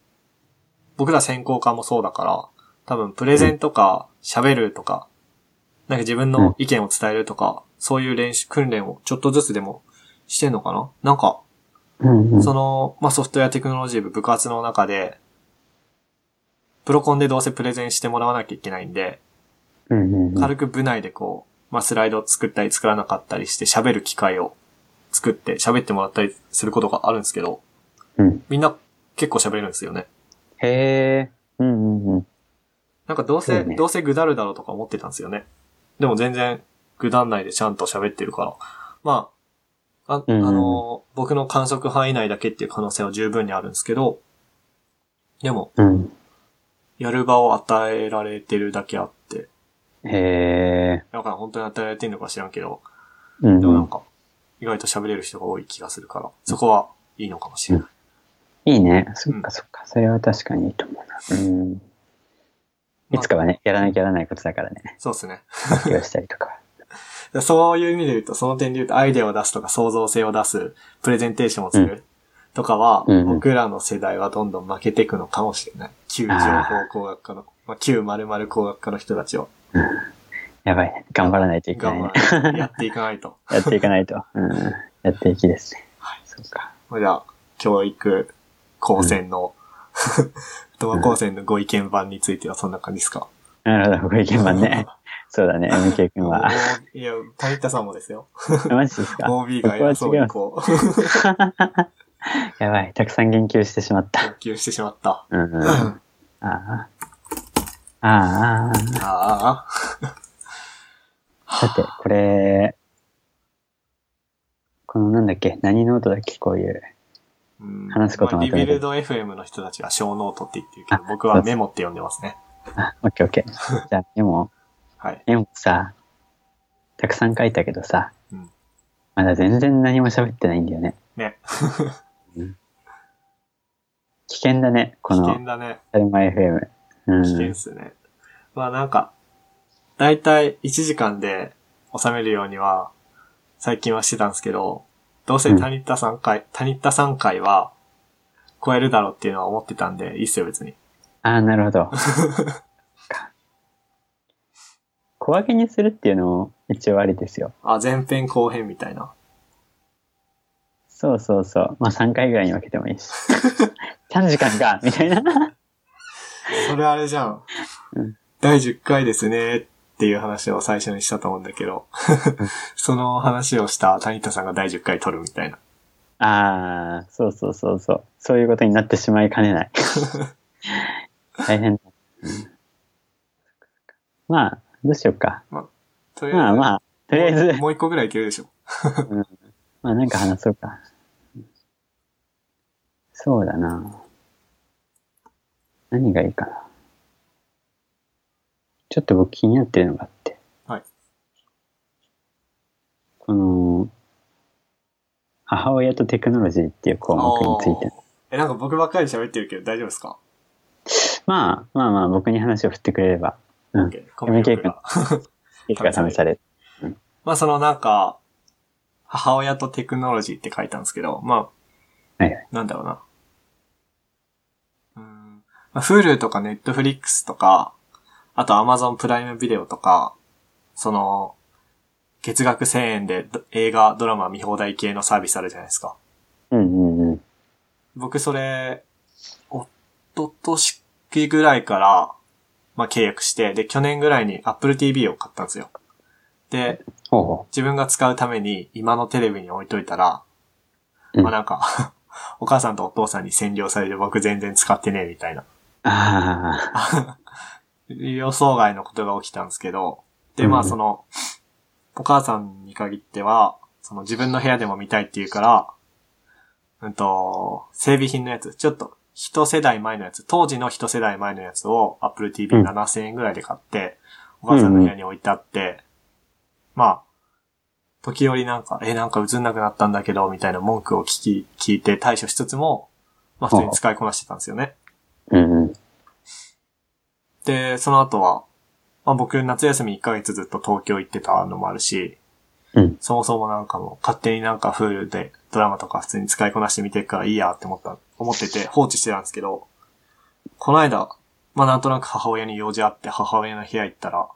僕ら専攻科もそうだから、多分プレゼンとか喋るとか、なんか自分の意見を伝えるとか、そういう練習、訓練をちょっとずつでもしてんのかななんか、
うんうん。
その、まあ、ソフトウェアテクノロジー部部活の中で、プロコンでどうせプレゼンしてもらわなきゃいけないんで、
うんうんうん。
軽く部内でこう、まあ、スライドを作ったり作らなかったりして喋る機会を作って喋ってもらったりすることがあるんですけど、
うん。
みんな結構喋れるんですよね。
へえ。うんうんうん。
なんかどうせ、
そうね
どうせぐだるだろうとか思ってたんですよね。でも全然ぐだんないでちゃんと喋ってるから。まあ、あ,、
うんうん
あの、僕の観測範囲内だけっていう可能性は十分にあるんですけど、でも、
うん。
やる場を与えられてるだけあって、
へえ。
だから本当に与えられてるのか知らんけど、
うん
でも
う
なん
ん。
か、意外と喋れる人が多い気がするから、そこはいいのかもしれない。
いいね。そっかそっか。それは確かにいいと思うな。うん。いつかはね、やらなきゃやらないことだからね。
そうですね。
発表したりとか。
そういう意味で言うと、その点で言うと、アイデアを出すとか、創造性を出す、プレゼンテーションをするとかは、
うんうん
僕らの世代はどんどん負けていくのかもしれない。旧情報工学科の、まあ、旧〇〇工学科の人たちを
やばいね。頑張らないといけない
頑
ね。
張るやっていかないと。
やっていかないと。うん。やっていきですね。
はい。
そうか。
それでは、教育高専の、 とは高専のご意見版についてはそんな感じですか
なるほど。ご意見番ね。そうだね。MK 君 は。
おーいや、谷田さんもですよ。
マジですか
OB が偉そうにこう、
やばい。たくさん言及してしまった。
研究してしまった。
うんうん。ああ。ああ。
あ
さて、これ、このなんだっけ何ノートだっけこういう。
あ、うん
話すこと
ま
ま
あ
と
リ
めて
ビルド FM の人たちは小ノートって言ってるけど、僕はメモって呼んでますね。
あ、オッケーオッケー。じゃあ、メモ、
はい。
メモさ、たくさん書いたけどさ、
うん
まだ全然何も喋ってないんだよね。
ね。
危険だね、こ
危
の、
険だね。
アルマ FM。う
危険
ん
っ。すね。まあなんか、だいたい1時間で収めるようには、最近はしてたんですけど、どうせ谷田3回、谷田3回は、超えるだろうっていうのは思ってたんで、いいっすよ別に。
ああ、なるほど。か小分けにするっていうのも一応ありですよ。
あ、前編後編みたいな。
そうそうそう。まあ3回ぐらいに分けてもいいし。3時間かみたいな。
それあれじゃん。
うん
第10回ですねっていう話を最初にしたと思うんだけど、 その話をした谷田さんが第10回撮るみたいな。
ああ、そうそうそうそう。そういうことになってしまいかねない。大変だ。まあ、どうしようか。
とりあえず
まあまあ、とりあえず
もう、もう一個ぐらいいけるでしょ。
まあなんか話そうか。そうだな。何がいいかな。ちょっと僕気になってるのがあって。
はい。
この、母親とテクノロジーっていう項目について。
あーえ、なんか僕ばっかり喋ってるけど大丈夫ですか
まあまあまあ僕に話を振ってくれれば、うん。
コミュ力が。
いつか試される。
まあそのなんか、母親とテクノロジーって書いたんですけど、まあ、
はいは
なんだろうな。うーん。まあ、Hulu とか Netflix とか、あと Amazon プライムビデオとか、その、月額1000円でど映画、ドラマ見放題系のサービスあるじゃないですか。
うんうんうん。
僕それ、おととしぐらいから、まあ契約して、で、去年ぐらいに Apple TV を買ったんですよ。で、
ほうほ
自分が使うために今のテレビに置いといたら、
うん
まあなんか、 お母さんとお父さんに占領されて僕全然使ってねえみたいな。
う。ああ、
予想外のことが起きたんですけど、でまあ
うん
その、お母さんに限っては、その自分の部屋でも見たいって言うから、うんと、整備品のやつ、ちょっと一世代前のやつ、当時の一世代前のやつを Apple TV
うん
7000円ぐらいで買って、お母さんの部屋に置いてあって、まあ、時折なんか、え、なんか映んなくなったんだけど、みたいな文句を聞き、聞いて対処しつつも、まあ普通に使いこなしてたんですよね。
うんうん。
で、その後は、まあ僕夏休み1ヶ月ずっと東京行ってたのもあるし、
うん
そもそもなんかもう勝手になんか Hulu でドラマとか普通に使いこなしてみてるからいいやって思った、思ってて放置してたんですけど、この間、まあなんとなく母親に用事あって母親の部屋行ったら、
うん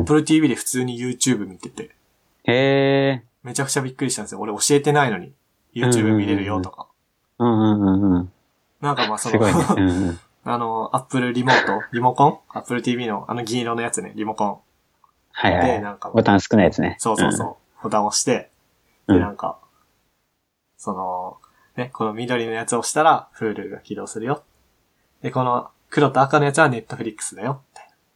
Apple TV で普通に YouTube 見てて、
へえ。
めちゃくちゃびっくりしたんですよ。俺教えてないのに YouTube 見れるよとか。
うんうんうんうん。
なんかまあそ
す
の、
ごいね。うんうん。
あの、Apple リモートリモコン ?Apple TV のあの銀色のやつね、リモコン。
はい
で、
はい。
なんか、
ボタン少ないやつね。
そうそうそう、ボタンを押して、
うん
で、なんか、その、ね、この緑のやつを押したら、Hulu が起動するよ。で、この黒と赤のやつは Netflix だよ。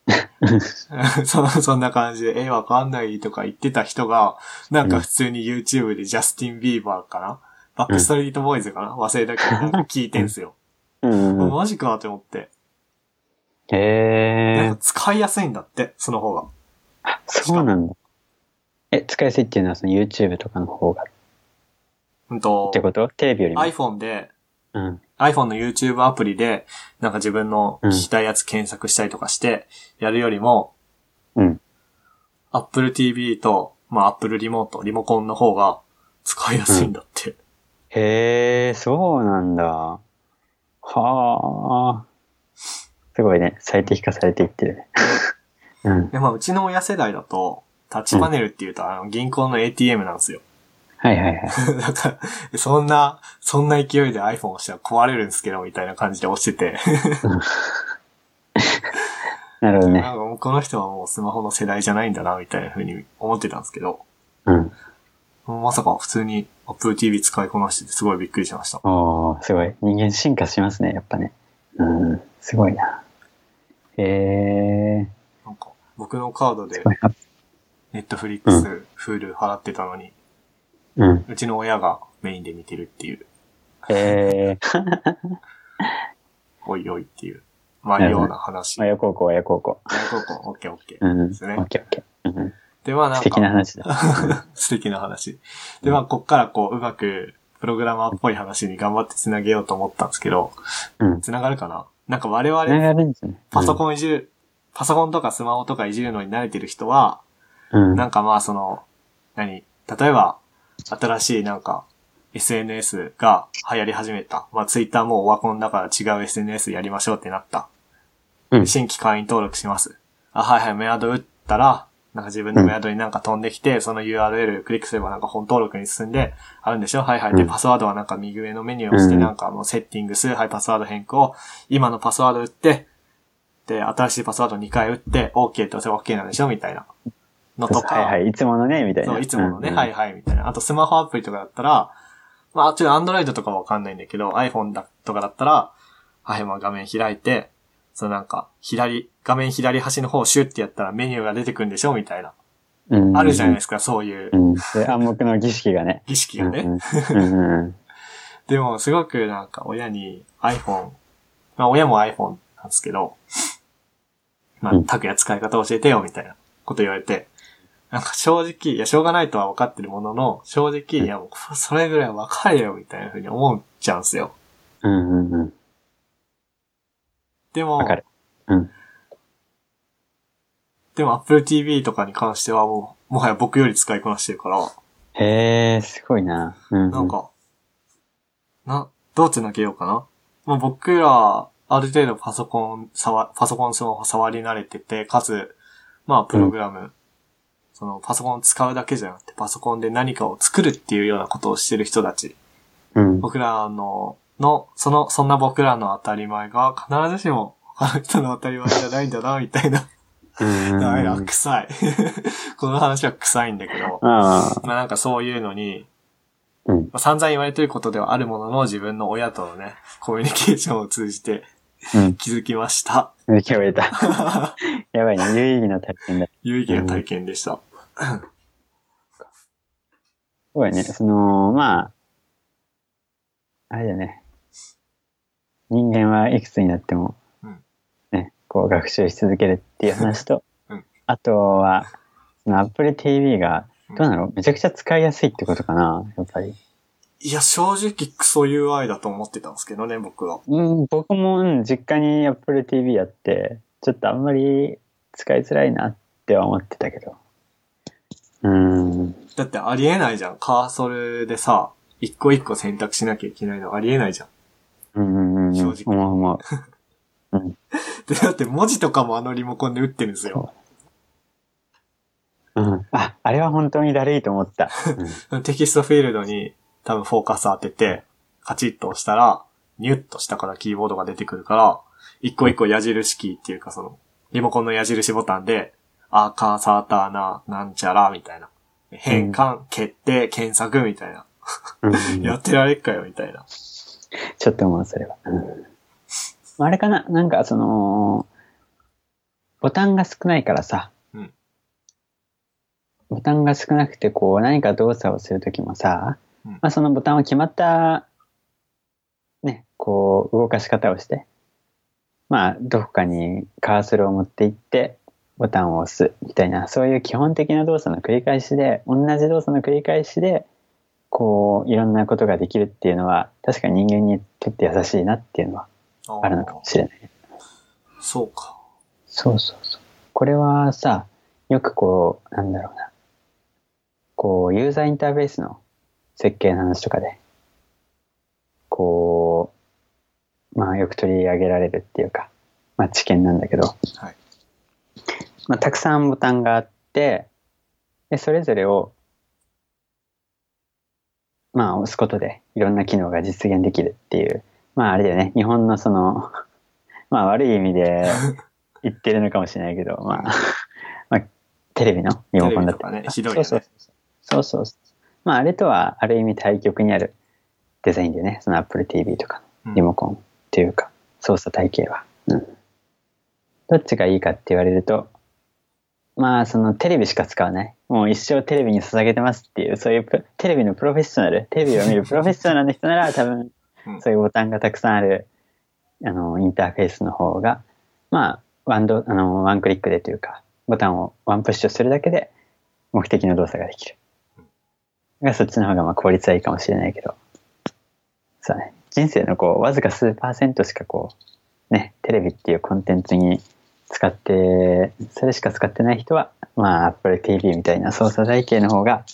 みたいなそのそんな感じで、え、わかんないとか言ってた人が、なんか普通に YouTube でジャスティン・ビーバーかなバックストリートボーイズかな忘れたけど、なんか聞いてんすよ。
うんうんうん。
マジかって思って。
へ
なん
え
か、使いやすいんだって、その方が。
そうなんだ。え、使いやすいっていうのはその YouTube とかの方がっ
うんと
て、ことテレビよりも。
iPhone で、
うん。
iPhone の YouTube アプリで、なんか自分の聞きたいやつ検索したりとかして、やるよりも、
うん。
Apple TV と、まあ Apple リモート、リモコンの方が使いやすいんだって。
へえ、そうなんだ。はあ。すごいね。最適化されていってるね。 うん。
で、まあうちの親世代だと、タッチパネルって言うと、あの、銀行の ATM なんですよ。
はいはいはい。
なんか、そんな、そんな勢いで iPhone を押したら壊れるんですけど、みたいな感じで押してて。
なるほど
なん
ね。
かもうこの人はもうスマホの世代じゃないんだな、みたいな風に思ってたんですけど、
うん。
まさか普通に Apple TV 使いこなしててすごいびっくりしました。
おー、すごい。人間進化しますね、やっぱね。うん。すごいな。へえ。
なんか、僕のカードです
ごいな。
Netflix、
う
Hulu 払ってたのに、
うん。
うちの親がメインで見てるっていう、
えー、
おいおいっていう、まあ
なる
よ
ほど
うな話。
親孝行、親孝行。
親孝行、オッケーオッケ
う
ー。
ん。オ
ですね
ッケーオッケー。うん
で、まあなん
素敵な
か、
話だ。
素敵な話。で、まあこっからこう、うまく、プログラマーっぽい話に頑張って繋げようと思ったんですけど、
うん。
繋がるかななんか我々、
繋がるんですね。
パソコンいじる、パソコンとかスマホとかいじるのに慣れてる人は、
うん。
なんかまあその、何例えば、新しいなんか、SNS が流行り始めた。まあツイッターもオワコンだから違う SNS やりましょうってなった。
うん
新規会員登録します。あ、はいはい、メアド打ったら、なんか自分のメアドになんか飛んできて、その URL クリックすればなんか本登録に進んで、あるんでしょはいはい。で、
うん
パスワードはなんか右上のメニューを押して、
うん
なんかあのセッティングす、はい、パスワード変更、今のパスワード打って、で、新しいパスワード2回打って、OK って押せば OK なんでしょみたいな。のとか、
はいはい、いつものね、みたいな。
そう、いつものね、
うんうん
はいはい、みたいな。あと、スマホアプリとかだったら、まあ、あっちの Android とかはわかんないんだけど、iPhone だとかだったら、はい、まあ画面開いて、そのなんか、左、画面左端の方をシュッてやったらメニューが出てくるんでしょみたいな。
うん
あるじゃないですか、そういう
うん。で暗黙の儀式がね。
儀式がね。
うんうんうんうん
でも、すごくなんか、親に iPhone、まあ、親も iPhone なんですけど、まあ
うん、
拓也使い方教えてよ、みたいなこと言われて、なんか正直、いや、しょうがないとは分かってるものの、正直、いや、もう、それぐらい分かれよ、みたいな風に思っちゃうんですよ。
うんうんうん。
でも
わ、かる。うん。
でも Apple TV とかに関してはもう、もはや僕より使いこなしてるから、
へえ、すごいな。うん。
なん。か、な、どうつなげようかな。まあ、僕ら、ある程度パソコン、触、パソコンスマホ触り慣れてて、かつ、まあ、プログラム、その、パソコンを使うだけじゃなくて、パソコンで何かを作るっていうようなことをしてる人たち。
うん。
僕らの、の、その、そんな僕らの当たり前が、必ずしも、他の人の当たり前じゃないんだな、みたいな。
うん うん
ダメだ、
うん
臭い。この話は臭いんだけど。
ああ。
まあなんかそういうのに、
うん
まあ、散々言われてることではあるものの自分の親とのね、コミュニケーションを通じて
うん。
気づきました。
受け終 えた。やばいね。有意義な体験だ。す
有意義な体験でした。
ごいね。その、まあ、あれだね。人間はいくつになっても
うん、
ね、こう学習し続けるっていう話と
うん、
あとは、その Apple TV が、どうなのめちゃくちゃ使いやすいってことかなやっぱり。
いや、正直クソ UI だと思ってたんですけどね、僕は。
うん、僕も、うん、実家に Apple TV あって、ちょっとあんまり使いづらいなっては思ってたけど。うん、
だってありえないじゃん。カーソルでさ、一個一個選択しなきゃいけないのありえないじゃん。
うん、うん、うん、
正
思
直
う思う。
で、だって文字とかもあのリモコンで打ってるんですよ。
うん、あ、あれは本当にだるいと思った。
テキストフィールドに多分フォーカス当てて、カチッと押したら、ニュッと下からキーボードが出てくるから、一個一個矢印キーっていうかその、リモコンの矢印ボタンで、あ、カーサーターな、なんちゃら、みたいな。変換、決定、検索、みたいな。
うん
やってられっかよ、みたいな。
ちょっと思う、それは。うんあれかななんか、その、ボタンが少ないからさ。
うん
ボタンが少なくて、こう、何か動作をするときもさ、
うん
まあ、そのボタンを決まった、ね、こう、動かし方をして、まあ、どこかにカーソルを持っていって、ボタンを押す、みたいな、そういう基本的な動作の繰り返しで、同じ動作の繰り返しで、こういろんなことができるっていうのは確かに人間にとって優しいなっていうのは
あー
あるのかもしれない。
そうか。
そうそうそう。これはさよくこうなんだろうなこうユーザーインターフェースの設計の話とかでこうまあよく取り上げられるっていうかまあ知見なんだけど、
はい
まあ、たくさんボタンがあってでそれぞれをまあ押すことでいろんな機能が実現できるっていうまああれだよね日本のその まあ悪い意味で言ってるのかもしれないけど、まあ、 まあ、テレビのリモコンだった
テレビとかね
あ
ひどいよ
そう
ね
そうそうそうそう。まああれとはある意味対極にあるデザインでね、その Apple TV とか
うん
のリモコンっていうか、操作体系は。うん。どっちがいいかって言われると、まあそのテレビしか使わない。もう一生テレビに捧げてますっていう、そういうプテレビのプロフェッショナル、テレビを見るプロフェッショナルの人な ら多分
うん、
そういうボタンがたくさんある、あの、インターフェースの方が、まあ、ワンド、あの、ワンクリックでというか、ボタンをワンプッシュするだけで、目的の動作ができる。が、そっちの方が、まあ、効率はいいかもしれないけど。そうね。人生のこう、わずか数パーセントしかこう、ね、テレビっていうコンテンツに使って、それしか使ってない人は、まあ、Apple TV みたいな操作体系の方が、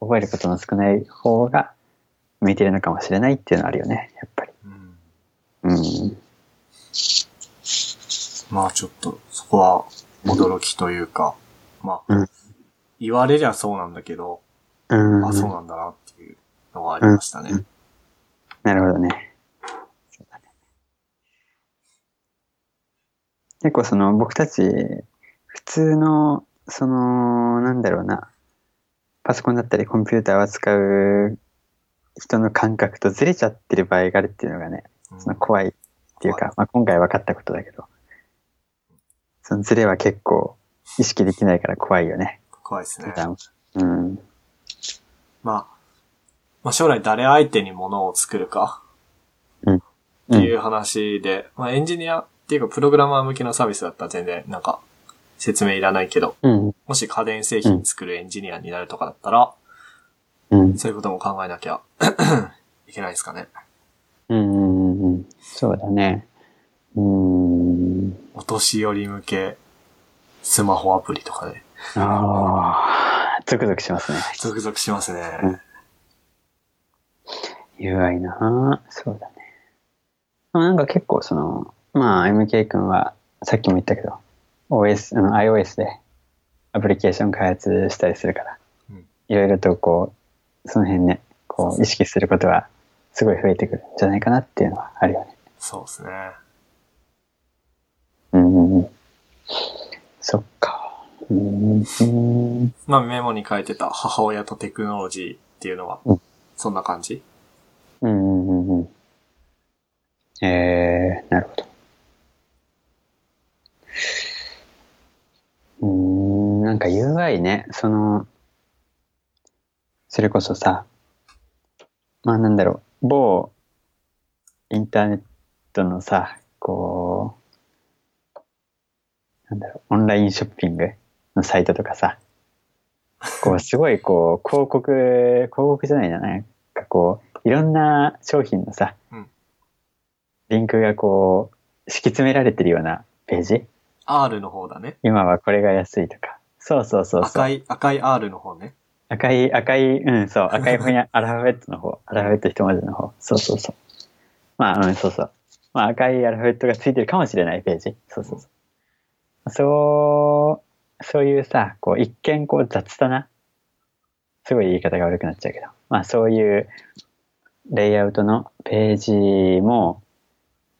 覚えることの少ない方が、向いてるのかもしれないっていうのはあるよね、やっぱり。
うん
うん。
まあちょっと、そこは驚きというか、まあ、
うん
言われりゃそうなんだけど、
うん。
あ、そうなんだなっていうのはありましたね。
うんなるほどね。そうだね結構その僕たち普通のそのなんだろうなパソコンだったりコンピューターを扱う人の感覚とずれちゃってる場合があるっていうのがね
うん
その怖いっていうか、まあ、今回分かったことだけどそのずれは結構意識できないから怖いよね。
怖いですね。
うん、
まあ、まあ将来誰相手に物を作るか
う
っ
ん
ていう話で、まあエンジニアっていうかプログラマー向けのサービスだったら全然なんか説明いらないけど、
うん
もし家電製品作るエンジニアになるとかだったら、
うん
そういうことも考えなきゃ いけないですかね。
うんうんうんうんそうだね。うーん。
お年寄り向けスマホアプリとかで、
ああ、ゾクゾクしますね。
続々しますね。
うん UI なあそうだね。まあなんか結構その、まあ MK 君はさっきも言ったけど、OS、あの iOS でアプリケーション開発したりするから
うん、
いろいろとこう、その辺ね、こう意識することはすごい増えてくるんじゃないかなっていうのはあるよね。
そうですね。
うんうんうん。そっか。うんうん。
まあメモに書いてた母親とテクノロジーっていうのは
うん、
そんな感じ、
うんうんうんうん。えー、なるほど。うーん、なんか UI ね、その、それこそさ、まあなんだろう、某インターネットのさ、こう、なんだろう、オンラインショッピングのサイトとかさ、こう、すごいこう、広告、広告じゃないな、なんかこう、いろんな商品のさ、
うん
リンクがこう、敷き詰められてるようなページ
?R の方だね。
今はこれが安いとか。そうそうそうそう。
赤い、赤い R の方ね。
赤い、赤い、うん、そう、赤 い翻訳、アルファベットの方、アルファベット一文字の方、そうそうそう。まあ、うん、そうそう。まあ、赤いアルファベットがついてるかもしれないページ。そうそうそう。そう、そういうさ、こう、一見こう雑だな。すごい言い方が悪くなっちゃうけど。まあ、そういうレイアウトのページも、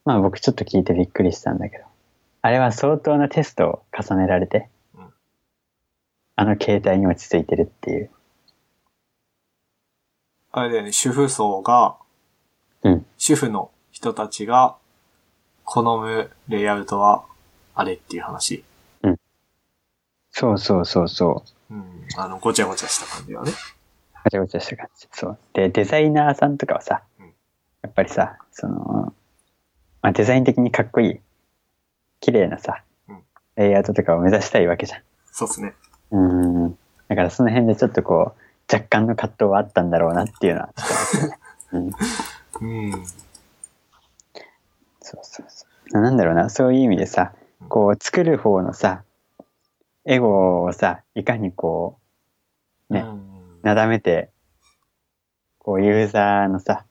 まあ、僕ちょっと聞いてびっくりしたんだけど。あれは相当なテストを重ねられて
うん、
あの携帯に落ち着いてるっていう。
あれだよね、主婦層が、
うん
主婦の人たちが好むレイアウトは、あれっていう話。
そうそうそうそう。
うん。あの、ごちゃごちゃした感じだね。
ごちゃごちゃした感じ。そう。で、デザイナーさんとかはさ
うん、
やっぱりさ、その、まあ、デザイン的にかっこいい、綺麗なさ
うん、
レイアウトとかを目指したいわけじゃん。
そうっすね。
うん。だからその辺でちょっとこう、若干の葛藤はあったんだろうなっていうのは、ちょっと思ったねうん。
うん。
そうそうそう。なんだろうな、そういう意味でさ、こう、作る方のさ、エゴをさ、いかにこね
うん
う、なだめて、こう、ユーザーのさ、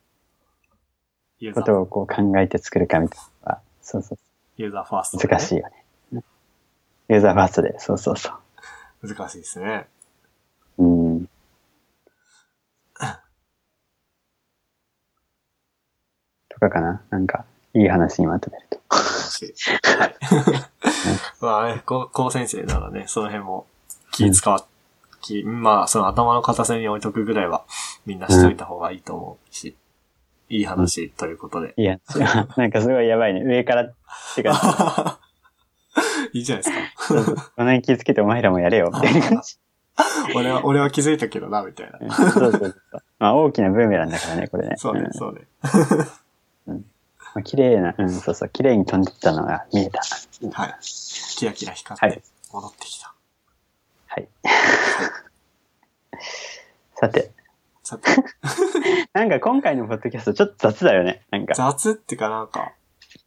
ユーザ
こ
ー、
とをこう考えて作るかみたいなのは、そうそう、
ユーザーファースト、
難しいよね。ユーザーファーストで、そうそうそ
い。難しいですね。
う。うん。とかかななんか、いい話にまとめると。
難しい。はい。 まあね、高高先生ならね、その辺も気使わ、気、まあ、その頭の片隅に置いとくぐらいは、みんなしといた方がいいと思うし、いい話ということで。
いや、 なんかすごいやばいね。上からって感じ。
いいじゃないですか。
そうそうこの辺気づけてお前らもやれよ、みたいな感じ。
俺は、俺は気づいたけどな、みたいな。
そうそうそう。 まあ大きなブーメランだからね、これね。
そうね
ん、
そうね。
まあ、綺麗な、うん、そうそう、綺麗に飛んでったのが見えた。
はい。キラキラ
は
光っ
い
て、戻ってきた。
はい。 さて、
さて、
なんか今回のポッドキャストちょっと雑だよね、なんか。
雑ってかなんか、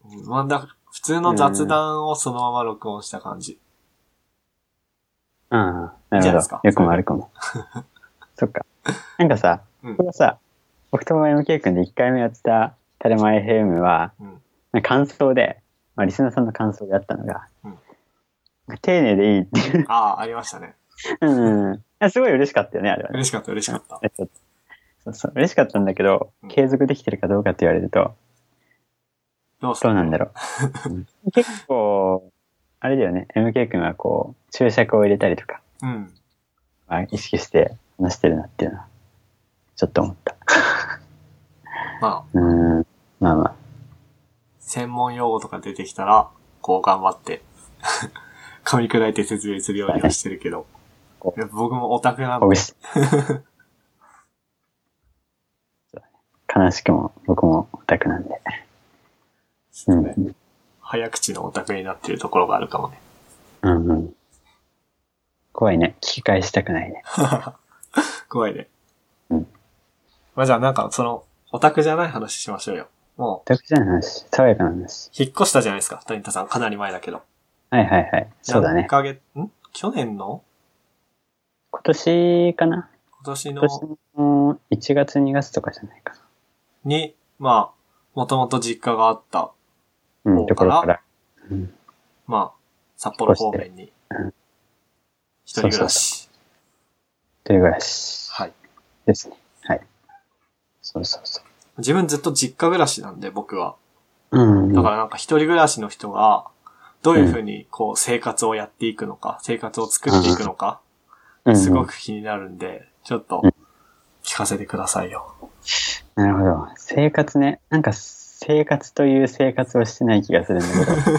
うんまあだ、普通の雑談をそのまま録音した感 じ。
うん、
いいん
な
じゃな
る
いです
ほ
か
ど。よくも悪く も。そっか。なんかさ、
うん
これはさ、僕と MK 君で1回目やったタレマ FM は、
うん。
感想で、まあ、リスナーさんの感想であったのが、
うん
丁寧でいいっていう。
ああ、ありましたね。
うんうんうん。すごい嬉しかったよね、あれはね。
嬉しかった、嬉しかった。
そうそう、嬉しかったんだけど
うん、
継続できてるかどうかって言われると、
どうす
どうなんだ
ろ
ろう。うん結構、あれだよね、MK 君はこう、注釈を入れたりとか、
う。うん。
まあ、意識して話してるなっていうのは、ちょっと思った。
まあ、
うーん、まあまあ。
専門用語とか出てきたら、こう頑張って、 噛み砕いて説明するようにはしてるけど
こ。う
やっぱ僕もオタクなんで
ほぐ し。そうだね悲しくも、僕もオタクなんで。
す
う
よ
ん、
ね。早口のオタクになってるところがあるかもね。
うん、うん。怖いね。聞き返したくないね。
怖いね。
うん
まあじゃあなんか、その、オタクじゃない話しましょうよ。も
オタクじゃない話、爽やかな話。
う、引っ越したじゃないですか、谷田さん。かなり前だけど。
はいはいはい。そうだね
何。ヶ月、ん去年の
今年かな
今年
今
の
年の1月2月とかじゃないか
に、まあ、もともと実家があった、
な。う
そ
ん、
う
と
か
こ
な
ろから。うん、
まあ、札幌方面に
うん、
一人暮らし。
というぐらいし
はい。
ですね。はい。そうそうそ
自分ずっと実家暮らしなんで、僕は。
う。うん。
だからなんか一人暮らしの人が、どういうふうにこう生活をやっていくのか、生活を作っていくのか、
うん
すご。く気になるんで、ちょっと
うん
聞かせてくださいよ。
なるほど。生活ね。なんか、生活という生活をしてない気がするんだけど。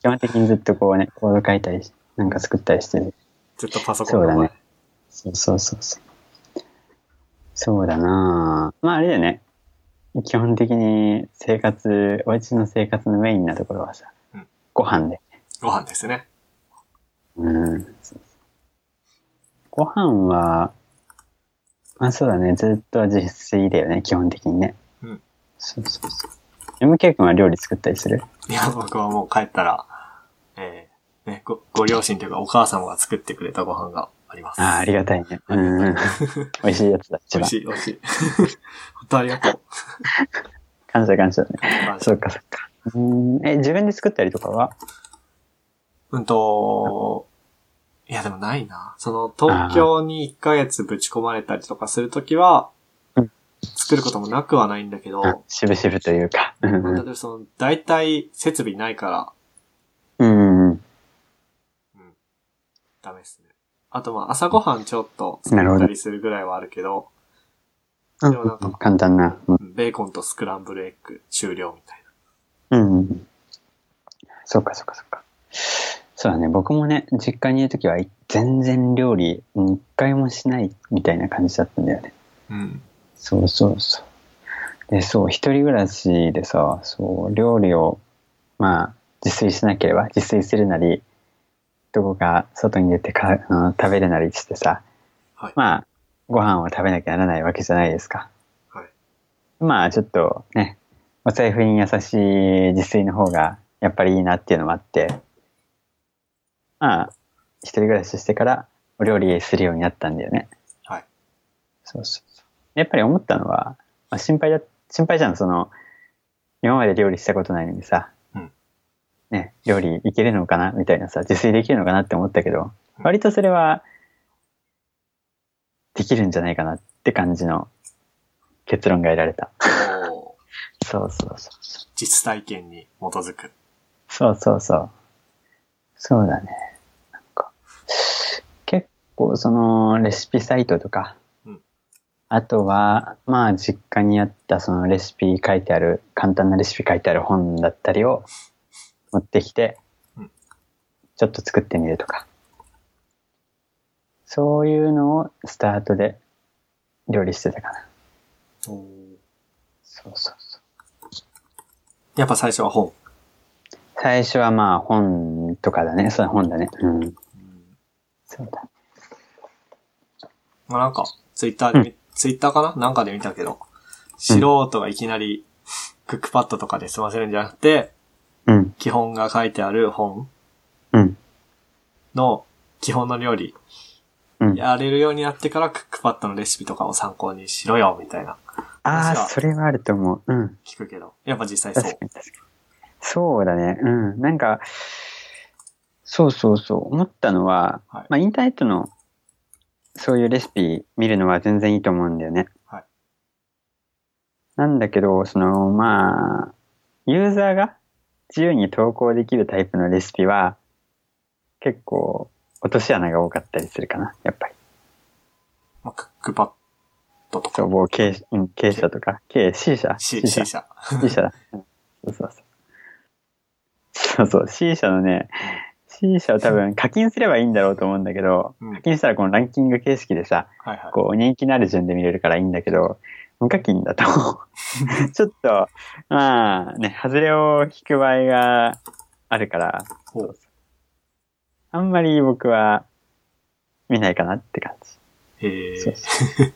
基本的にずっとこうね、コード書いたり、なんか作ったりしてる。
ずっとパソコンの
そう
前
だ。そうそうそうそう。そうだなぁまああれだよね。基本的に生活、お家の生活のメインなところはさ、
うん
ご飯で。
ご飯ですね。
うん。そうご飯は、まあそうだね、ずっと自炊だよね、基本的にね。
うん。
そうそうそう。MK 君は料理作ったりする
いや、僕はもう帰ったら、えー、ね、ご、ご両親というかお母様が作ってくれたご飯があります。
ああ、ありがたいね。 うん。美味しいやつだ、一
美
番
味。しい、美味しい。 本当あり がとう。
感謝感謝だね。
感謝
そうかそうか。うん。え、自分で作ったりとかは
うんと、いやでもないな。その、東京に1ヶ月ぶち込まれたりとかするときは
うん、
作ることもなくはないんだけど、
しぶしぶというか。うん
まあ例えばその、大体設備ないか
う
ら、
んうん。
うん、ダメですね。あとまあ、朝ごはんちょっと作
なる
っ
ほ
た
ど
りするぐらいはあるけど、
うん
でもなんか
簡単な。うん
ベーコンとスクランブルエッグ終了みたい
うんうん。そうかそうかそうか。そうだね。僕もね、実家にいるときは全然料理うん一回もしないみたいな感じだったんだよね。
な。うん。
そうそうそう。で、そう、一人暮らしでさ、そう、料理を、まあ、自炊しなければ、自炊するなり、どこか外に出てか、あの食べるなりしてさ、
はい
まあ、ご飯を食べなきゃならないわけじゃないですか。
はい
まあ、ちょっとね、お財布に優しい自炊の方が、やっぱりいいなっていうのもあって、まあ、一人暮らししてから、お料理するようになったんだよね。
はい。
そうそうそう。やっぱり思ったのは、まあ、心配だ、心配じゃん、その、今まで料理したことないのにさ、
うん
ね、料理いけるのかなみたいなさ、自炊できるのかなって思ったけど、
うん
割とそれは、できるんじゃないかなって感じの結論が得られた。
おー
そうそうそう。
実体験に基づく。
そうそうそう。そうだね。なんか、結構そのレシピサイトとか、
うん
あとは、まあ実家にあったそのレシピ書いてある、簡単なレシピ書いてある本だったりを持ってきて
うん、
ちょっと作ってみるとか。そういうのをスタートで料理してたかな。そうそうそう。
やっぱ最初は本。
最初はまあ本とかだね。そう本だね。うん。
うん
そうだ。
まあ、なんか、ツイッターで見、ツイッターかななんかで見たけど、素人がいきなりクックパッドとかで済ませるんじゃなくて、
うん。
基本が書いてある本
うん。
の基本の料理、
うん。
やれるようになってからクックパッドのレシピとかを参考にしろよ、みたいな、
あ
話
あ、
は
それはあると思う。うん。
聞くけど、やっぱ実際
確
そ
か
う。
に確かに。そうだね。うん。なんか、そうそうそう。思ったのは、
はい
まあインターネットのそういうレシピ見るのは全然いいと思うんだよね。
はい
なんだけど、その、まあ、ユーザーが自由に投稿できるタイプのレシピは、結構落とし穴が多かったりするかな、やっぱり。
まあ、クックパッドとか、
そう、もう経うん経営者とか、経営 C 社
C, C 社。
C 社だ。うんそうそうそう。そうそう、C 社のね、C 社は多分課金すればいいんだろうと思うんだけど、
うん。は
課
い
金したらこのランキング形式でさ、
はい。
こう人気のある順で見れるからいいんだけど、無課金だと、 ちょっと、まあね、外れを引く場合があるから、
ほう
そうそうあんまり僕は見ないかなって感じ。
へ
そう
え、
そう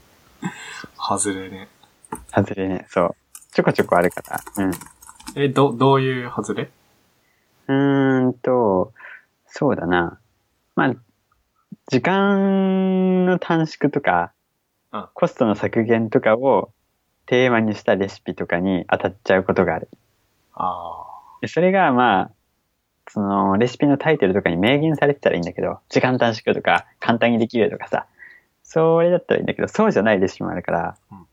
外れね。
外れね、そう。ちょこちょこあるから。うん。う
え、ど、どういう外れ
ーんと、そうだな。まあ、時間の短縮とか
うん、
コストの削減とかをテーマにしたレシピとかに当たっちゃうことがある。
あ
でそれがまあ、そのレシピのタイトルとかに明言されてたらいいんだけど、時間短縮とか簡単にできるとかさ、それだったらいいんだけど、そうじゃないレシピもあるから、
うん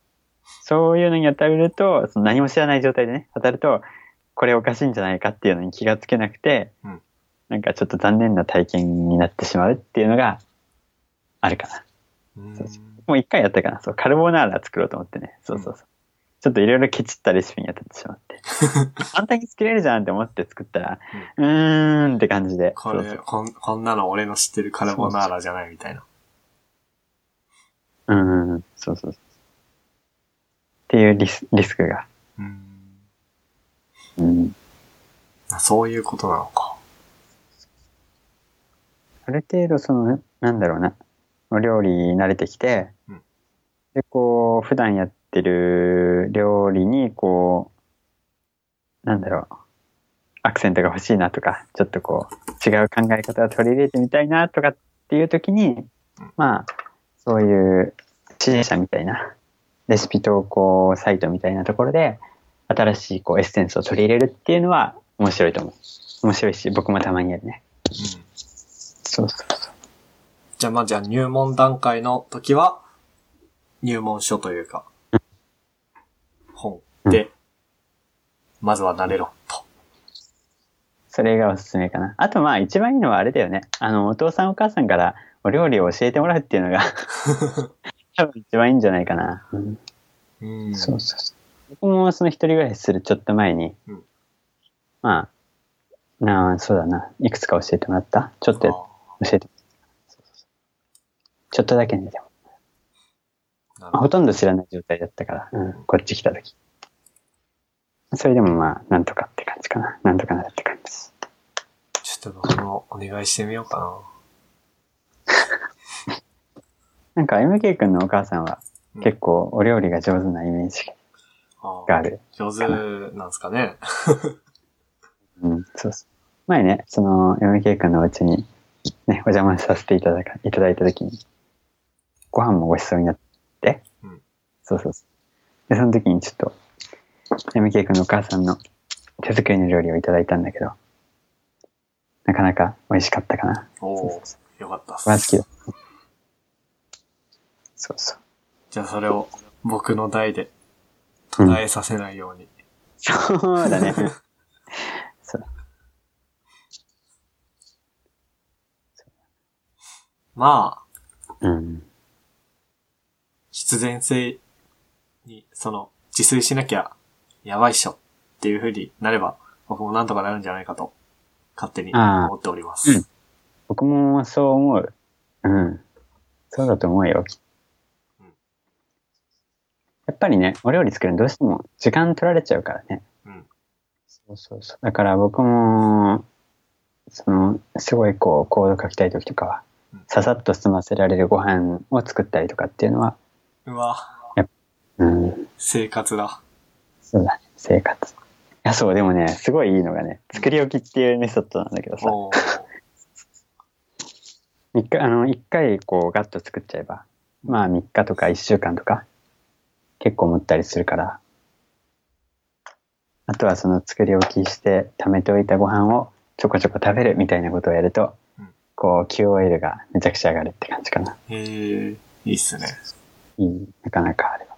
そういうのに当たると、その何も知らない状態でね、当たると、これおかしいんじゃないかっていうのに気がつけなくて、
うん
なんかちょっと残念な体験になってしまうっていうのがあるかな。
あ。うん
そうそもう一回やったかな。そう、カルボナーラ作ろうと思ってね。そうそうそう。ちょっといろいろケチったレシピに当たってしまって。簡単に作れるじゃんって思って作ったら、うーんって感じで。
こ
そう
れ
そう。
こん、こんなの俺の知ってるカルボナーラじゃないみたいな。
うんうんうん。そうそうそう。っていうリスリスクが。
うん
うん。
そういうことなのか。
ある程度その、なんだろうな。お料理に慣れてきて、
うん
で、こう、普段やってる料理に、こう、なんだろう。アクセントが欲しいなとか、ちょっとこう、違う考え方を取り入れてみたいなとかっていう時に、まあ、そういう支援者みたいな、レシピ投稿サイトみたいなところで、新しいこうエッセンスを取り入れるっていうのは面白いと思う。面白いし、僕もたまにやるね。
うん、
そうそうそう。
じゃあ、まあ、じゃあ入門段階の時は、入門書というか、本で、まずは慣れろ、と。
それがおすすめかな。あとまあ一番いいのはあれだよね。あの、お父さんお母さんからお料理を教えてもらうっていうのが、多分一番いいんじゃないかな。うん
うん。
そうそうそう。僕もその一人暮らしするちょっと前に、
うん
まあ、なあ、そうだな。いくつか教えてもらったちょっと教えてそうそうそうちょっとだけね、でも。
あなる
まあ
ほ
ほ
ど。
とんど知らない状態だったから、うん、こっち来た時。それでもまあ、なんとかって感じかな。なんとかなるって感じです。
ちょっと僕もお願いしてみようか
なんか、MK 君のお母さんは
うん
結構お料理が上手なイメージ
な。あー
がある。
上手なんですかね。
うん、そうそう。前ね、その MK 君のお家にね、お邪魔させていただかいただいた時に、ご飯もごちそうになって、
うん
そうそうそう。で、その時にちょっと、MK 君のお母さんの手作りの料理をいただいたんだけど、なかなか美味しかったかな。
お
そうそう
お
そう。
よかったっす。
まあ好きだ。そうそう。
じゃあそれを僕の代で途絶えさせないように。
そうだね。そう。
まあ、
うん。
必然性に、その、自炊しなきゃやばいっしょっていう風になれば、僕もなんとかなるんじゃないかと、勝手に思っております。
あー僕もそう思う。うん。そうだと思うよ
うん。
やっぱりね、お料理作るのどうしても時間取られちゃうからね。
うん
そうそうそう。だから僕も、その、すごいこう、コード書きたい時とかは
うん、
ささっと済ませられるご飯を作ったりとかっていうのは、
うわ、
うん、
生活 だ。
そうだね、生活。いや、そう、でもね、すごいいいのがね、作り置きっていうメソッドなんだけどさ、
おー
一回、あの、一回こうガッと作っちゃえば、まあ3日とか1週間とか、結構持ったりするから、あとはその作り置きして貯めておいたご飯をちょこちょこ食べるみたいなことをやると
うん、
こう QOL がめちゃくちゃ上がるって感じかな。
へえいいっすね。
いい、なかなかあれは。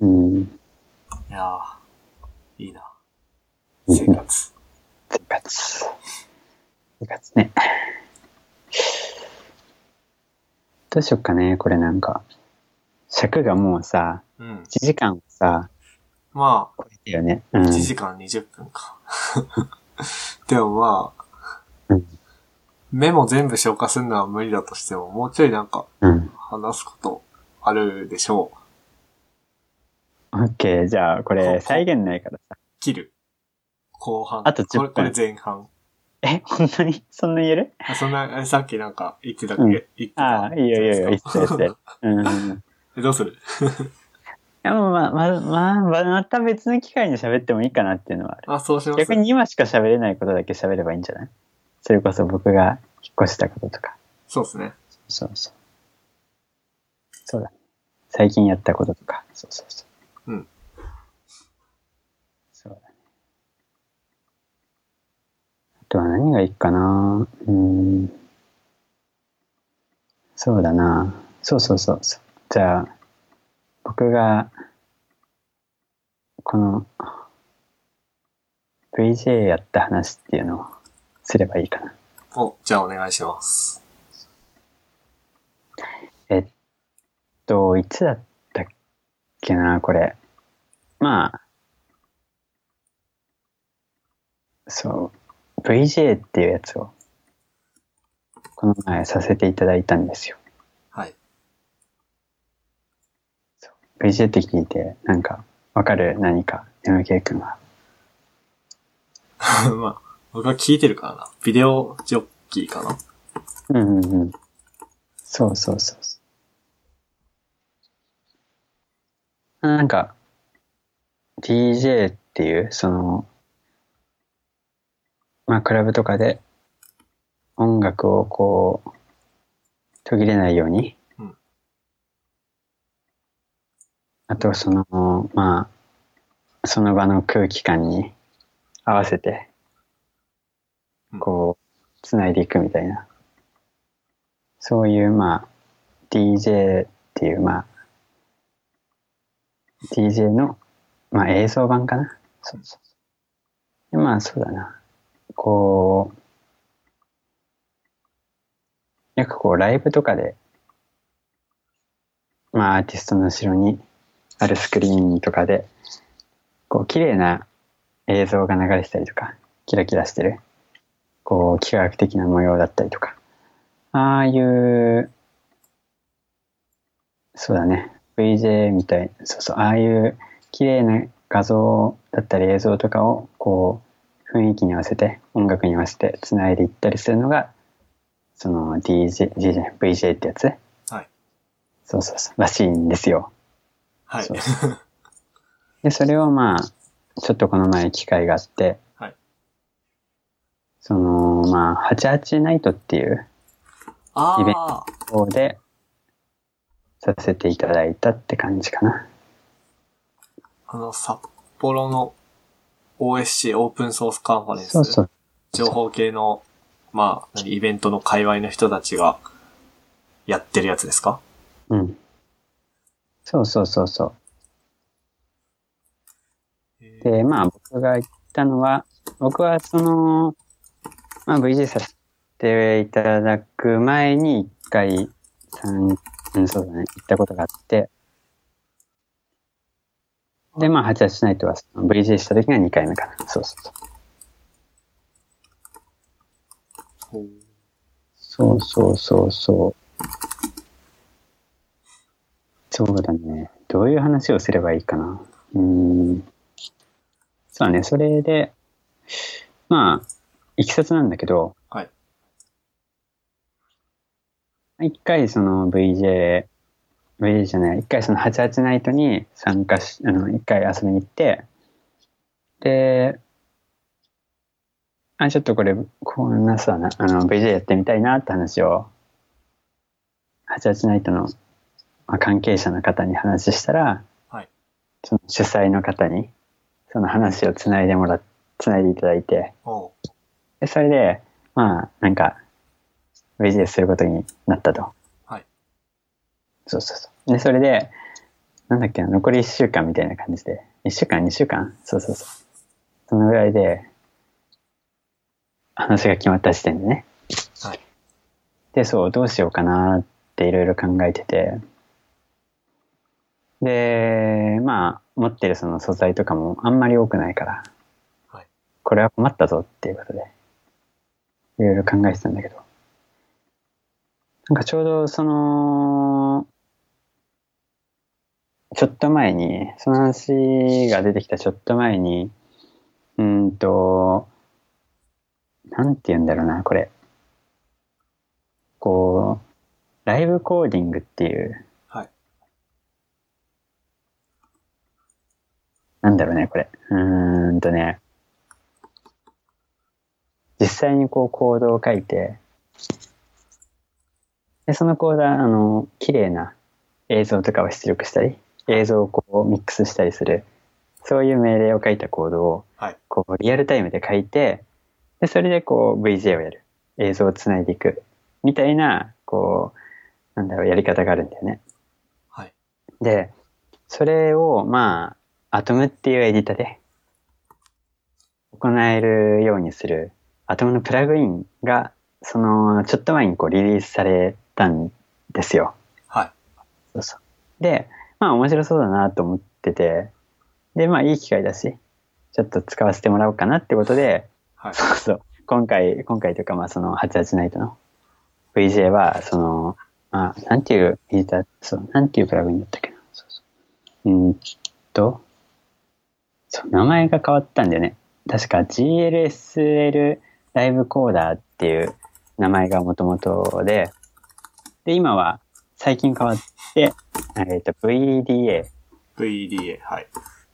うん、
いやーいいな。生活。
生活。生活ね。どうしよっかね、これなんか。尺がもうさ、
うん。
1時間さ、
まあ、
超えてよね。うん。
1時間20分か。 でもまあ
うん、
メモ全部消化するのは無理だとしても、もうちょいなんか
うん。
話すことあるでしょ
オ
う。
ッケー、じゃあこ
こ
れ
こ
再現ないからさ。
切る。後半。
あと10
これ、これ前半。
え、本当に そんな言える
あそんな、えさっきなんか言ってたっけ、
うん
言ってた
ああ、いいよいいよいいよ、いいっ
です
すよいいっすよ。うん。い
えどうする
や、もうまあ、まあ、まあ、まあまた別の機会に喋ってもいいかなっていうのはある。
あ、そうします。
逆に今しか喋れないことだけ喋ればいいんじゃないそれこそ僕が引っ越したこととか。
そうですね。
そうそう。そうだね。最近やったこととか。そうそうそう。
うん。
そうだね。あとは何がいいかなうーん。そうだなそうそうそうそう。じゃあ、僕が、この、VJ やった話っていうのをすればいいかな。
お、じゃあお願いします。
えっと、いつだったっけな、これ。まあ、そう、VJ っていうやつを、この前させていただいたんですよ。
はい。
VJ って聞いて、なんか、わかる何か、MK 君は。
まあ、僕は聞いてるからな。ビデオジョッキーかな。
うんうんうん。そうそうそうそう。なんか、DJ っていう、その、まあ、クラブとかで音楽をこう、途切れないように。
うん
あと、その、まあ、その場の空気感に合わせて
うん、
こう、つないでいくみたいな。そういう、まあ、DJ っていう、まあ、DJ の、まあ、映像版かな。そうそうそう。でまあ、そうだな。こう、よくこう、ライブとかで、まあ、アーティストの後ろにあるスクリーンとかで、こう、綺麗な映像が流れてたりとか、キラキラしてる、こう、幾何学的な模様だったりとか、ああいう、そうだね、VJ みたい、そうそう、ああいう綺麗な画像だったり映像とかを、こう、雰囲気に合わせて、音楽に合わせて繋いでいったりするのが、その DJ、DJ、VJ ってやつ
はい。
そうそうそう、らしいんですよ。
はい
そう。で、それをまあ、ちょっとこの前機会があって、
はい
その、まあ、88ナイトっていうイベン
ああ、
方で、させていただいたって感じかな。
あの、札幌の OSC オープンソースカンファレンス。
そうそう。
情報系の、まあ、何イベントの界隈の人たちがやってるやつですか
うん。そうそうそうそ
え
う。
ー
で、まあ、僕が行ったのは、僕はその、まあ、VJ させていただく前に一回、三うん、そうだね、行ったことがあって、で、まあ、88ナイトは、その VJ した時が2回目かな。そうそうそう。
ほう
そうそうそうそう。そうだね。どういう話をすればいいかな。うーん。そうだね。それで、まあ、いきさつなんだけど、
はい。
一回その VJ、VJ じゃない、一回その88ナイトに参加し、あの、一回遊びに行って、で、あ、ちょっとこれ、こんなさ、なあの、VJ やってみたいなって話を、88ナイトの、まあ、関係者の方に話したら、
はい
その主催の方に、その話をつないでもらっ、つないでいただいて、
おう
で、それで、まあ、なんか、VJ することになったと。
はい。
そうそうそう。で、それで、なんだっけな、残り1週間みたいな感じで、1週間、2週間そうそうそう。そのぐらいで、話が決まった時点でね。
はい。
で、そう、どうしようかなっていろいろ考えてて、で、まあ、持ってるその素材とかもあんまり多くないから、これは困ったぞっていうことで、いろいろ考えてたんだけど、なんかちょうどその、ちょっと前に、その話が出てきたちょっと前に、うーんと、なんて言うんだろうな、これ。こう、ライブコーディングっていう、
はい。
なんだろうね、これ。うーんとね、実際にこうコードを書いて、で、そのコードは、あの、綺麗な映像とかを出力したり、映像をこうミックスしたりする、そういう命令を書いたコードを、
はい
こうリアルタイムで書いて、で、それでこう VJ をやる。映像をつないでいく。みたいな、こう、なんだろう、やり方があるんだよね。
はい。
で、それを、まあ、Atom っていうエディタで行えるようにする Atom のプラグインが、その、ちょっと前にこうリリースされたんですよ。
はい。
そうそう。で、まあ面白そうだなと思ってて、で、まあいい機会だし、ちょっと使わせてもらおうかなってことで、
はい。
そうそう。今回、今回というか、まあ、その、88ナイトの VJ は、その、まあ、なんていう、エディターそう、なんていうプラグインだったっけな。そうそう。うーんと、そう、名前が変わったんだよね。確か GLSL ライブコーダーっていう名前がもともとで、で、今は最近変わって、えっ、と、VDA。
VDA、はい。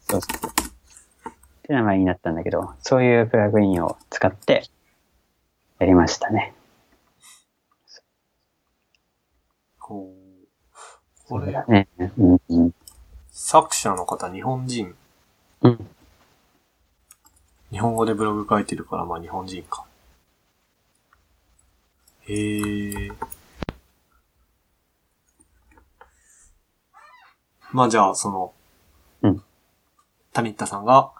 そうそう。って名前になったんだけど、そういうプラグインを使ってやりましたね。
こう。
そ
こ
う
れ
だ、ね。うんうん。
作者の方、日本人。
うん。
日本語でブログ書いてるから、まあ日本人か。へえ。まあじゃあ、その、
うん。
タニッタさんが、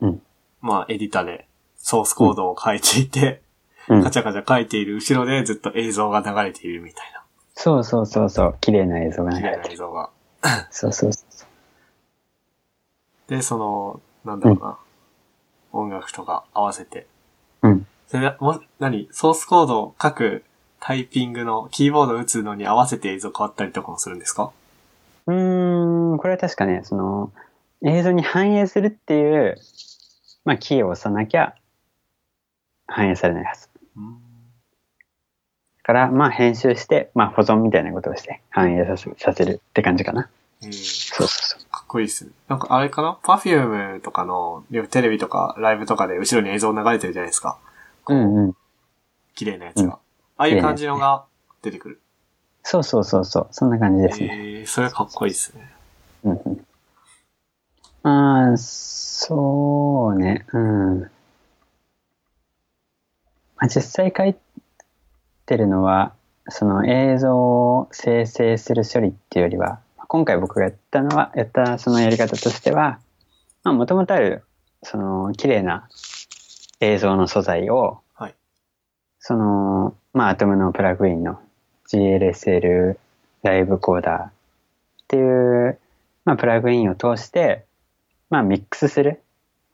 うん
まあエディタでソースコードを書いていて、
うん
カチャカチャ書いている後ろでずっと映像が流れているみたいな。
そうそうそうそう。綺麗な映像が
綺
流
麗
れ
な
て
映
る。
像が。
そうそうそう。
で、その、なんだろうな。音楽とか合わせて。
うん。
それでも、何ソースコードを書くタイピングの、キーボード打つのに合わせて映像変わったりとかもするんですか
うーん、これは確かね、その、映像に反映するっていう、まあ、キーを押さなきゃ、反映されないはず。
うん。
だから、まあ、編集して、まあ、保存みたいなことをして、反映させさせるって感じかな。
えー
そうそう
かっこいいっすね。なんかあれかな ?Perfume とかの、テレビとかライブとかで後ろに映像流れてるじゃないですか。
そう。うんうん。
綺麗なやつが。
うん
ああいう感じのが出てくる。
そうそうそうそう。そんな感じですね。
えー、それかっこいいっすね。
うんうん。ああ、そうね、うん。まあ、実際書いてるのは、その映像を生成する処理っていうよりは、今回僕がやったのは、やったそのやり方としては、まあ、もともとある、その、綺麗な映像の素材を、
はい
その、まあ、アトムのプラグインの GLSL ライブコーダーっていうまあ、プラグインを通して、まあ、ミックスする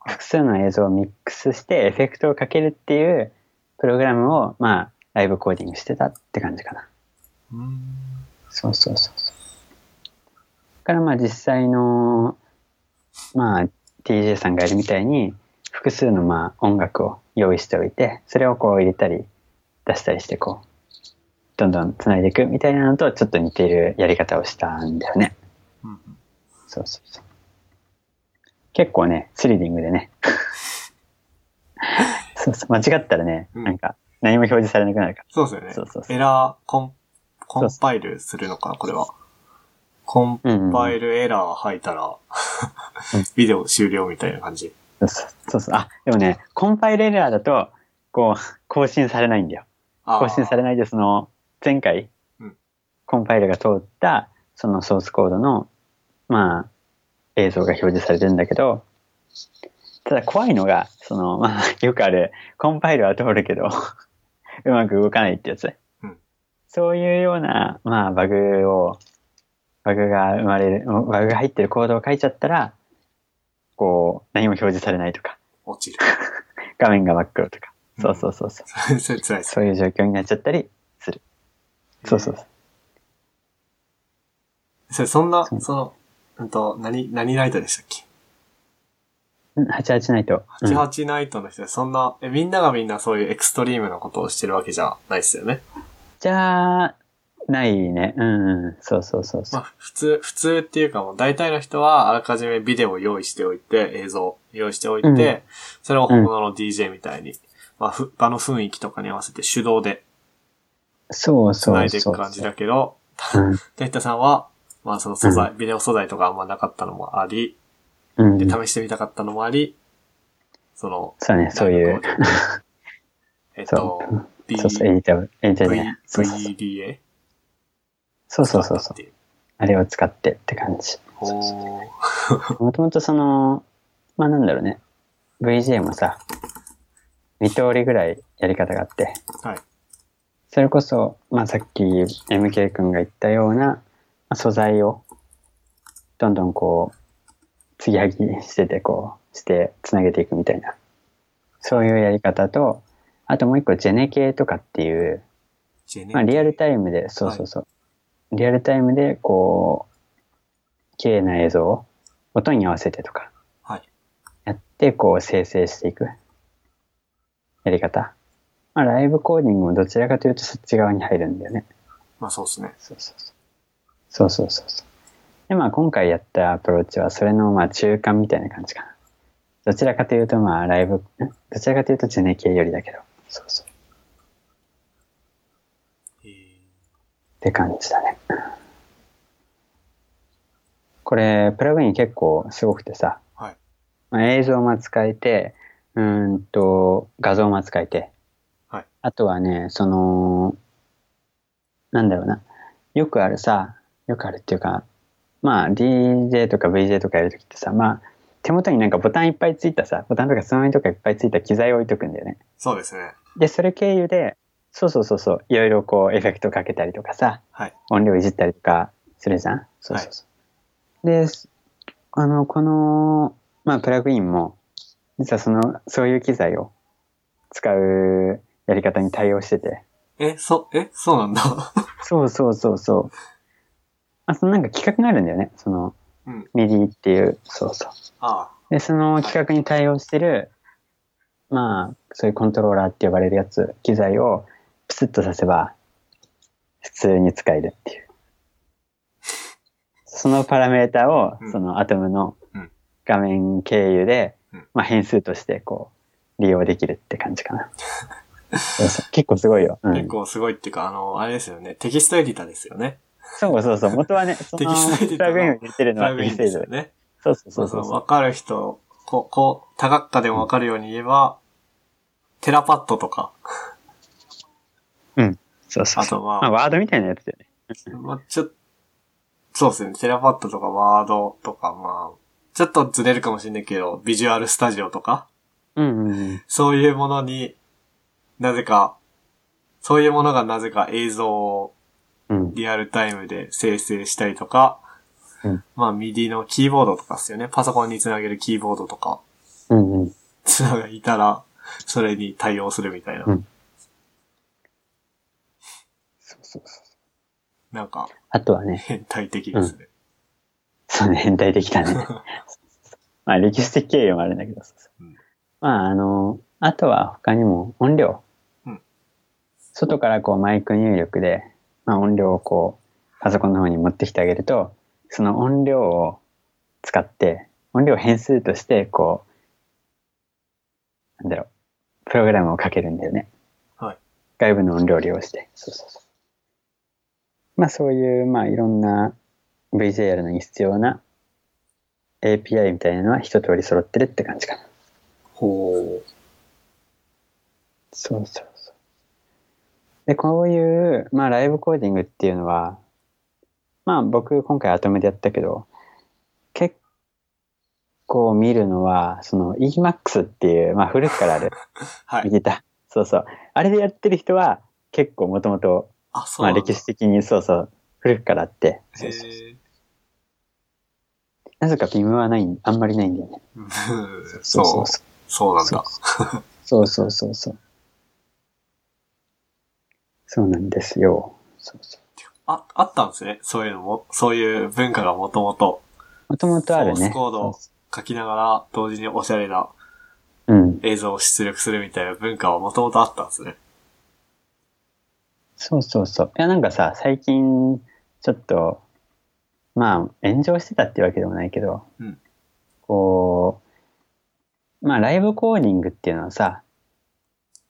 複数の映像をミックスしてエフェクトをかけるっていうプログラムを、まあ、ライブコーディングしてたって感じかな
うん。
そうそうそうそうだからまあ実際のまあ TJ さんがやるみたいに複数のまあ音楽を用意しておいてそれをこう入れたり出したりしてこうどんどん繋いでいくみたいなのとちょっと似ているやり方をしたんだよね
うん
そうそうそう。結構ね、スリリングで ね。そうそう、間違ったらね、
うん
なんか、何も表示されなくなるか
そうですよね。
そうそうそう
エラー、コン、コ
そう
ンパイルするのかな、これは。コン
ら。うん、うん。
パイルエラー入ったら、 ビデオ終了みたいな感じ。
そうそうそうそう。あ、でもね、コンパイルエラーだと、こう、更新されないんだよ。
あー
更新されないで、その、前回、
うん
コンパイルが通った、そのソースコードの、まあ、映像が表示されてるんだけど、ただ怖いのが、その、まあ、 よくある、コンパイルは通るけど、 うまく動かないってやつ。
うん
そういうような、まあ、バグを、バグが生まれる、バグが入ってるコードを書いちゃったら、こう、何も表示されないとか、
落ち
画面が真っ黒とか、そうそうそうそう。
る。 それ辛いです。
そういう状況になっちゃったりする。そうそうそう。
それそんな
そ、う
その、うんと、何、何ナイトでしたっけ
うん88ないと。うん
?88 ナイトの人で、そんな、え、みんながみんなそういうエクストリームなことをしてるわけじゃないですよね。
じゃあ、ないね。うん、うん。そうそうそうそ
ま
う。
あ、普通、普通っていうかもう大体の人はあらかじめビデオを用意しておいて、映像を用意しておいて、
うん
それを本物の DJ みたいに、まあ、ふ場の雰囲気とかに合わせて手動で
そうそ
繋
う
いでい
そ
く
う。
感じだけど、
うん
テッタさんは、まあその素材、ビデオ素材とかあんまなかったのもあり、
うん
で、。試してみたかったのもあり、その、
そうね、そういう。
なんかこう えっと
そ、
B、
そうそう、エディタブ、エディタブじゃない
V、
そうそうそう
VBA?
そうそうそうそう。
う。
あれを使ってって感じ。そうそう
おー
もともとその、まあなんだろうね。VJ もさ、2通りぐらいやり方があって。
はい。
それこそ、まあ、さっき MK 君が言ったようなまあ素材をどんどんこう継ぎはぎしててこうしてつなげていくみたいなそういうやり方とあともう一個ジェネ系とかっていう、
ジェネ
まあ、リアルタイムでそうそうそう、リアルタイムでこう綺麗な映像を音に合わせてとか
はい。
やってこう生成していくやり方、まあ、ライブコーディングもどちらかというとそっち側に入るんだよね
まあそうですね。
そうそうそう。そうそうそうそう。で、まあ今回やったアプローチは、それのまあ中間みたいな感じかな。どちらかというと、まあライブ、んどちらかというとジェネ系よりだけど、そうそう。
えー
って感じだね。これ、プラグイン結構すごくてさ、
はい
まあ映像も使えて、うーんと、画像も使えて、
はい
あとはね、その、なんだろうな、よくあるさ、よくあるっていうか、まあ DJ とか VJ とかやるときってさ、まあ手元になんかボタンいっぱいついたさ、ボタンとかつまみとかいっぱいついた機材を置いとくんだよね。
そうですね。
で、それ経由で、そうそうそうそう、いろいろこうエフェクトかけたりとかさ、
はい。
音量いじったりとかするじゃんそうそうそう。で、あの、この、まあ、プラグインも、実はその、そういう機材を使うやり方に対応してて。
え、そ、え、そうなんだ。
そうそうそうそう。あ、そのなんか企画があるんだよね。その、
うん。
ミディっていう、そうそう。
あ
で、その企画に対応してる、まあ、そういうコントローラーって呼ばれるやつ、機材をプスッとさせば、普通に使えるっていう。そのパラメータを
う、ん
そのアトムの
うん
画面経由で
うん、
まあ変数としてこう、利用できるって感じ かな。そうそう結構すごいよ。う
あ、
ん
結構すごいっていうか、あの、あれですよね。テキストエディターですよね。
そうそうそう。元はね、そ
テキストエディ
のプ
ター
ラ
の
グインを入れてる
プ
のは
ラグ
テ
イ
キ
ン
ストエデ
です
ィ
よ
ター。
ね。
そうそうそ
そううそ
そう
う。。わかる人、こう、こう、多学科でもわかるように言えば、テラパッドとか、
そうそうそう。
あとは
まあ、ワードみたいなやつだよね。
まあ、ちょっと、そうですね。テラパッドとかワードとか、まあ、ちょっとずれるかもしれないけど、ビジュアルスタジオとか、
うんうんうん。
そういうものに、なぜか、そういうものがなぜか映像を
うん。
リアルタイムで生成したりとか、
うん
まあ、ミディのキーボードとかですよね。パソコンにつなげるキーボードとか、
うんうん。
つながいたら、それに対応するみたいな。
うんそうそうそう。
なんか、
あとはね、
変態的ですね。
そうね、変態的だ ね。まあ、歴史的経緯もあるんだけど、そうそう
うん
まあ、あの、あとは他にも音量。
うん
外からこうマイク入力で、まあ、音量をこう、パソコンの方に持ってきてあげると、その音量を使って、音量変数として、こう、なんだろう、プログラムをかけるんだよね。
はい。
外部の音量を利用して。そうそうそう。まあ、そういう、まあ、いろんな VJR のに必要な API みたいなのは一通り揃ってるって感じかな。
ほ
そうそうそう。で、こういう、まあ、ライブコーディングっていうのは、まあ、僕、今回アトムでやったけど、結構見るのは、その EMAX っていう、まあ、古くからある
う。 はい。
ギター。そうそう。あれでやってる人は、結構もともと、
あ、そう
まあ、
なんだ。
歴史的に、そうそう、古くからあって。そうそうそう
へえ
なぜかビムはない、あんまりないんだよね。
うんそう、
そ
そうなんだ。
そうそうそうそう。そうなんですよ。そうそう。
あ、あったんですね。そういうのも、そういう文化がもともと
もともとあるね。
ソースコード書きながら、同時におしゃれな
うん。
映像を出力するみたいな文化はもともとあったんですね。
そうそうそう。いや、なんかさ、最近、ちょっと、まあ、炎上してたってわけでもないけど、
うん
こう、まあ、ライブコーディングっていうのはさ、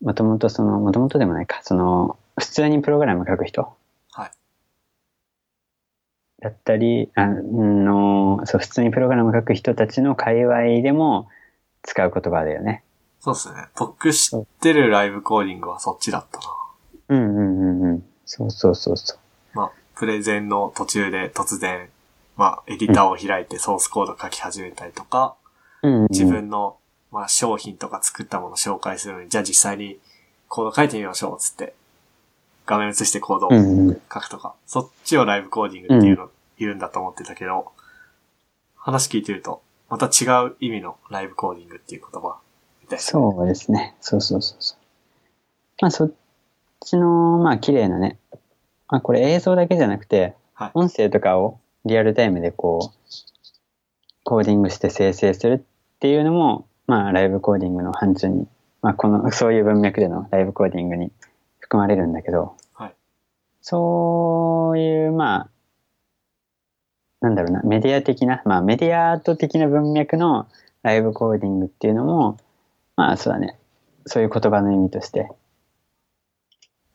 もともとその、もともとでもないか、その、普通にプログラム書く人
はい。
だったり、あの、そう、普通にプログラム書く人たちの界隈でも使う言葉だよね。
そうですね。僕知ってるライブコーディングはそっちだったな。
うんうんうんうん。そうそうそうそう。
まあ、プレゼンの途中で突然、まあ、エディターを開いてソースコード書き始めたりとか、
うんうんうん、
自分の、まあ、商品とか作ったものを紹介するのに、じゃあ実際にコード書いてみましょう、つって。画面映してコードを
うんうん、
書くとか、そっちをライブコーディングっていうの、言うんだと思ってたけど、話聞いてると、また違う意味のライブコーディングっていう言葉みたいな。
そうですね。そうそうそうそう。まあそっちの、まあ綺麗なね、まあこれ映像だけじゃなくて、
はい
音声とかをリアルタイムでこう、コーディングして生成するっていうのも、まあライブコーディングの範疇に、まあこの、そういう文脈でのライブコーディングに含まれるんだけど、
はい
そういう、まあ、なんだろうな、メディア的な、まあメディアアート的な文脈のライブコーディングっていうのも、まあそうだね、そういう言葉の意味として、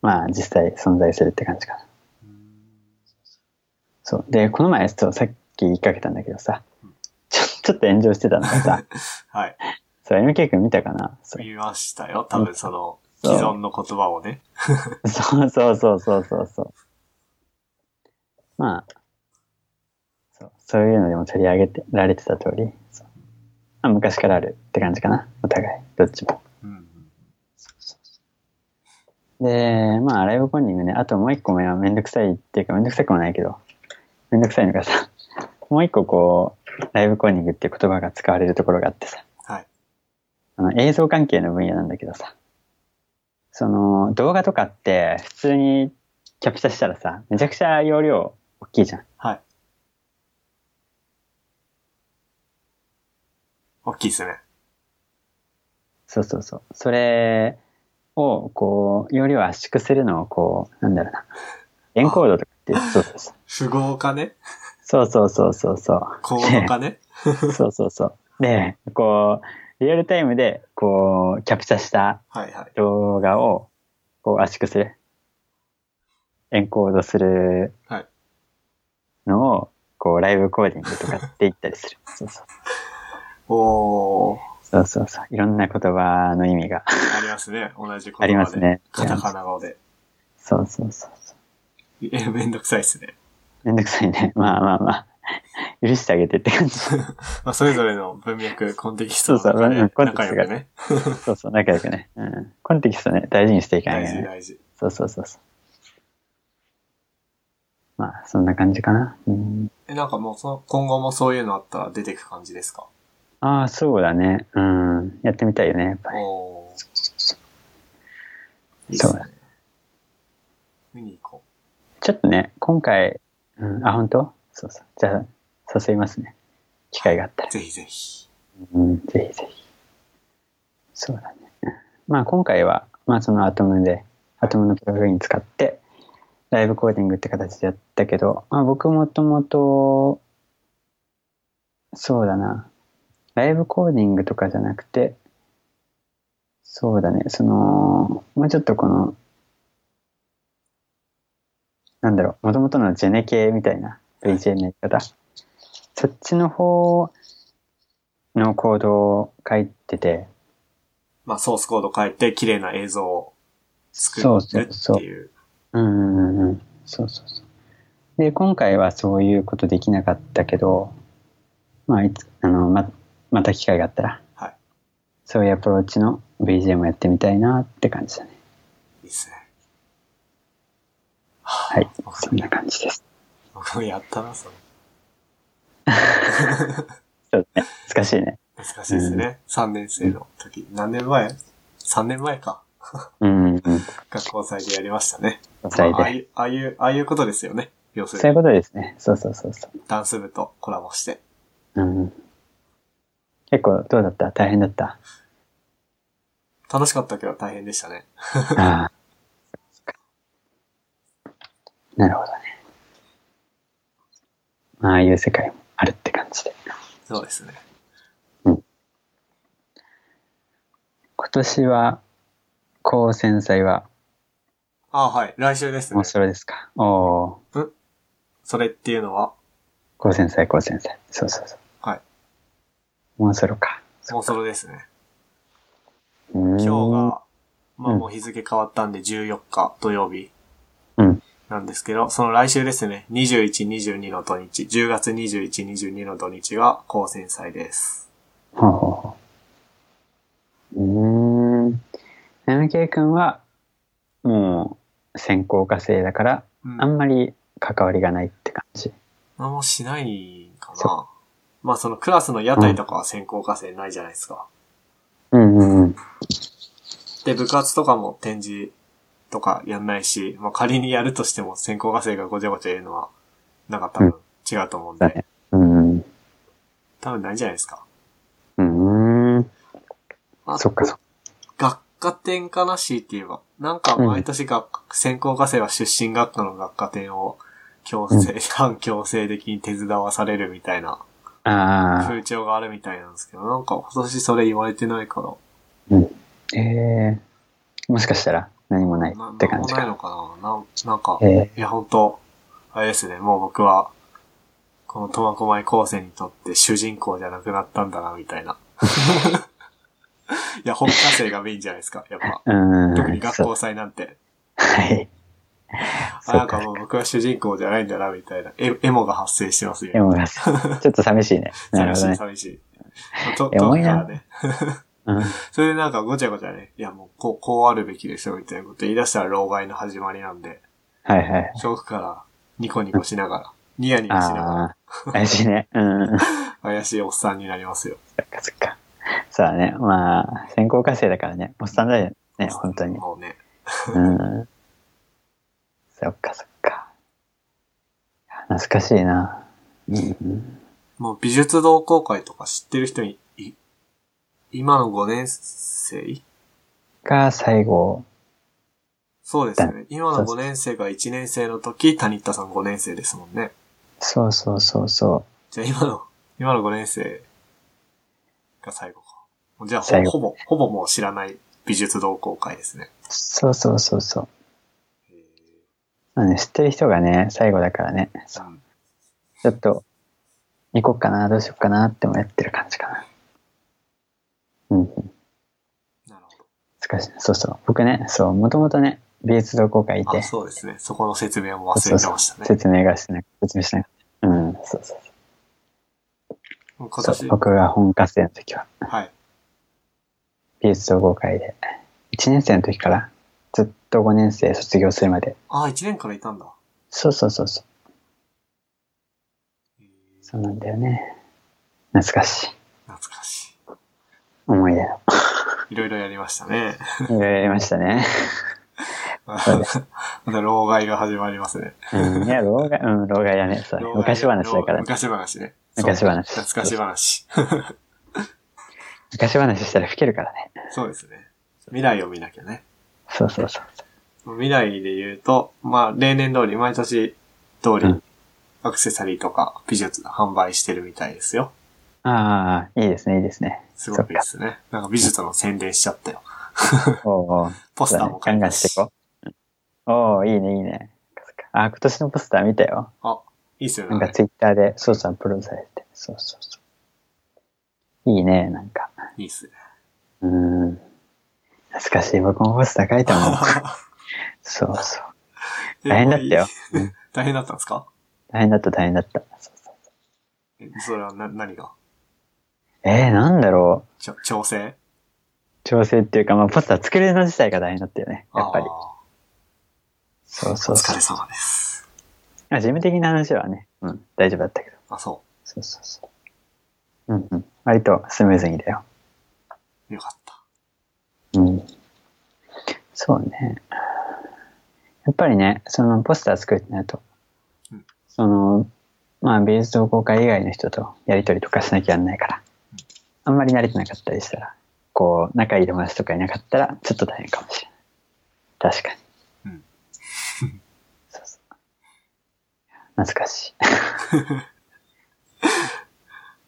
まあ実際存在するって感じかな。そう。で、この前、そうさっき言いかけたんだけどさ
うん、
ちょ ちょっと炎上してたのがさ、
はい。
そう、MK 君見たかなそう
見ましたよ。多分その、
そう
既存の言葉をね。
そうそうそうそうそうそう。まあ、そうそういうのでも取り上げてられてた通り、そうまあ、昔からあるって感じかな、お互い、どっちも。
うん。
で、まあ、ライブコーディングね、あともう一個目はめんどくさいっていうか、めんどくさくもないけど、めんどくさいのがさ、 もう一個こう、ライブコーニングっていう言葉が使われるところがあってさ、
はい。
あの映像関係の分野なんだけどさ、その動画とかって普通にキャプチャしたらさ、めちゃくちゃ容量大きいじゃん。
はい。大きいですね。
そうそうそう。それをこう、容量を圧縮するのをこう、なんだろう な、エンコードとかって、そうそうそう。
符号かね
そうそうそうそうそう。
コードかね
そうそうそう。で、こう、リアルタイムで、こう、キャプチャした
はいはい。
動画を、こう、圧縮する。エンコードする
はい
のを、こう、ライブコーディングとかって言ったり する。そうそう
おー、
そうそうそう。いろんな言葉の意味が
ありますね。同じ言葉で。
あります。ね。
カタカナ語で。
そうそうそうそう。
え、めんどくさいっすね。
めんどくさいね。まあまあまあ。許してあげてって 感じ。
まあ、それぞれの文脈、コンテキストの
そうそう
中で、
コンテキ
仲
ストが
良くね。
そうそう、仲良くね。うん。コンテキストね、大事にしていかな
大
いと
事
ね。
大事。
そうそうそうそう。まあ、そんな感じかな。うん、
え、なんかもうその、今後もそういうのあったら出てく感じですか
ああ、そうだね。うん。やってみたいよね、やっぱり。
おー。いいっすね。見に行こ
ちょっとね、今回、うん、あ、本当そうそう。じゃあ、誘いますね。機会があった
う。
ら。
ぜひぜひ。
うん、ぜひぜひ。そうだね。まあ、今回は、まあ、そのアトムで、アトムのプログラミング使って、ライブコーディングって形でやったけど、まあ、僕もともと、そうだな。ライブコーディングとかじゃなくて、そうだね。その、もうちょっとこの、なんだろう、もともとのジェネ系みたいな、VJ のやり方。そっちの方のコードを書いてて、
まあ、ソースコード書いて、綺麗な映像を作
そうそ
る
うそ
っ
う
て。いう。
うんうんうんうん。そうそうそう。で、今回はそういうことできなかったけど、まあ、いつ、あの、ま、また機会があったら、
はい
そういうアプローチの BGM をやってみたいなって感じだね。
いいっすね。
はい。
わか
そんな感じです。
僕もやったな、それ。
そうだね。難しいね。
難しいですね。3年生の時。何年前 ?3 年前か。
うん、うん。
学校祭でやりましたね。
それ
まあああ
で。
いう、ああいう、ああいうことですよね。要す
そうい
る
うこ
に、
とですね。そうそうそうそう。
ダンス部とコラボして。
うん。結構どうだった大変だった
楽しかったけど大変でしたね。
ああ。なるほどね。まあ、ああいう世界もあるって感じで。
そうですね。
今年は、高専祭は
ああ、はい。来週ですね
面。白いですか、おお
それっていうのは、
高専祭、高専祭。そうそうそう。
はい。
面白か。
もうそれですね。
今
今日が、まあ
うん
もう日付変わったんで14日土曜日
うん。
なんですけど、その来週ですね。21、22の土日。10月21、22の土日が高専祭です。
ほうほうほう。うーん。MK 君は、もう、専攻科生だから、
うん
あんまり関わりがないって感じ。
何もしないか
そ
な。まあそのクラスの屋台とかは専攻課程ないじゃないですか。
うんうんうん。
で、部活とかも展示とかやんないし、まあ仮にやるとしても専攻課程がごちゃごちゃ言うのは、なんか多分違うと思うんで、
だねうんうん。
多分ないんじゃないですか。
うーん。
まあ
そっかそっか。
学科展かなしって言えば。なんか毎年学科、専攻課程は出身学科の学科展を強制、反強制的に手伝わされるみたいな
あ
風潮があるみたいなんですけど、なんか今年それ言われてないから、
あ。ええー。もしかしたら何もない
な、
って
な
感
んも
じ
ない
か。
のかななん、なんか、
え
いや、本当あれですね、もう僕は、この苫小牧高専にとって主人公じゃなくなったんだな、みたい な。いや、本科生がメインじゃないですか、やっぱ。
えー。
特
う
に
ん。
学
そう。
校祭なんて。
はい。
あ、な
そ
ん
う
か
か。
もう僕は主人公じゃないんだな、みたいな。エエモが発生してます
で
よ。
も、ちょっと寂しいね。なるほ
寂し
ど
い、
ね。
寂しい。と、と
エモいな
からね。
うん。
それでなんかごちゃごちゃね、いやもうこう、こうあるべきでしょ、みたいなこと言い出したら老害の始まりなんで、
はいはい。
正直からニコニコしながら、ニヤニヤしながら
ああ、怪しいね。うん。
怪しいおっさんになりますよ。
そっかそっか。そうだね。まあ、先行火星だからね。おっさんだよね、本当に。
もうね。
うん。そっかそっか。懐かしいな。うん。
もう美術同好会とか知ってる人に、い今の5年生
が最後。
そうですね。今の5年生が1年生の時、谷田さん5年生ですもんね。
そうそうそうそ
じゃあ今の、今の5年生が最後か。じゃあほ
最後
ほぼ、ほぼもう知らない美術同好会ですね。
う。そうそうそうそう。まあね、知ってる人がね、最後だからね。そう
うん
ちょっと、行こっかな、どうしよっかなってもやってる感じかな。うんうん。
なるほ
難しいね。そうそう。僕ね、そう、もともとね、美術同好会い
ど。
て
あ、、そうですね。そこの説明も忘れてましたね。
説明がしてな説明しなかった。うん、そうそう
もう今
そう。そう
年、
僕が本科生の時は、
はい。
美術同好会で、1年生の時から、ずっと5年生卒業するまで、
あ、1年からいたんだ。
そうそうそうそう。
えー
そうなんだよね。懐かしい。
懐かし
思い出の。
い。いろいろやりましたね。
いろいろやりました ね。
ま
そうで
た老害が始まりますね。
うん、いや、老害、うん、老害だね。そうね
老害
昔話だから。
昔話ね。
昔話
そう懐かし話。
昔話したら吹けるからね。
そうですね。未来を見なきゃね。
そうそうそう。
未来で言うと、まあ、例年通り、毎年通
う
り
ん、
アクセサリーとか美術販売してるみたいですよ。
ああ、いいですね、いいです ね。
すごくいいですね。なんか美術の宣伝しちゃったよ。
おうおう
ポスターも買いま
そう
し
だねガンガンしていこう。おおいいね、いいね。あ、今年のポスター見たよ。
あ、いいっすよ
なん
ね。
かツイッターで、そうそう、アップロードされてて。そうそうそう。いいね、なんか。
いいっすね。
うーん。懐かしい。僕もポスター書いたもん。 そうそう。大変だったよ。うん
大変だったんですか
大変だった、大変だった。そうそう
えそれはな、何が
えー、なんだろう。
ちょ調整
調整っていうか、まあ、ポスター作るの自体が大変だったよね。やっぱり
あ。ー
そうそ
お
う
疲
そう
れ。様です。
あ事務的な話はね、うん、大丈夫だったけど。
あ、そ
そうそうそう。うんうん。割とスムーズにだよ。
う。よかった。
うん。そうね。やっぱりね、そのポスター作るってなると
うん、
その、まあ美術同好会以外の人とやりとりとかしなきゃやんないから、あんまり慣れてなかったりしたら、こう、仲いい友達とかいなかったら、ちょっと大変かもしれない。確かに。
うん
そうそう。懐かし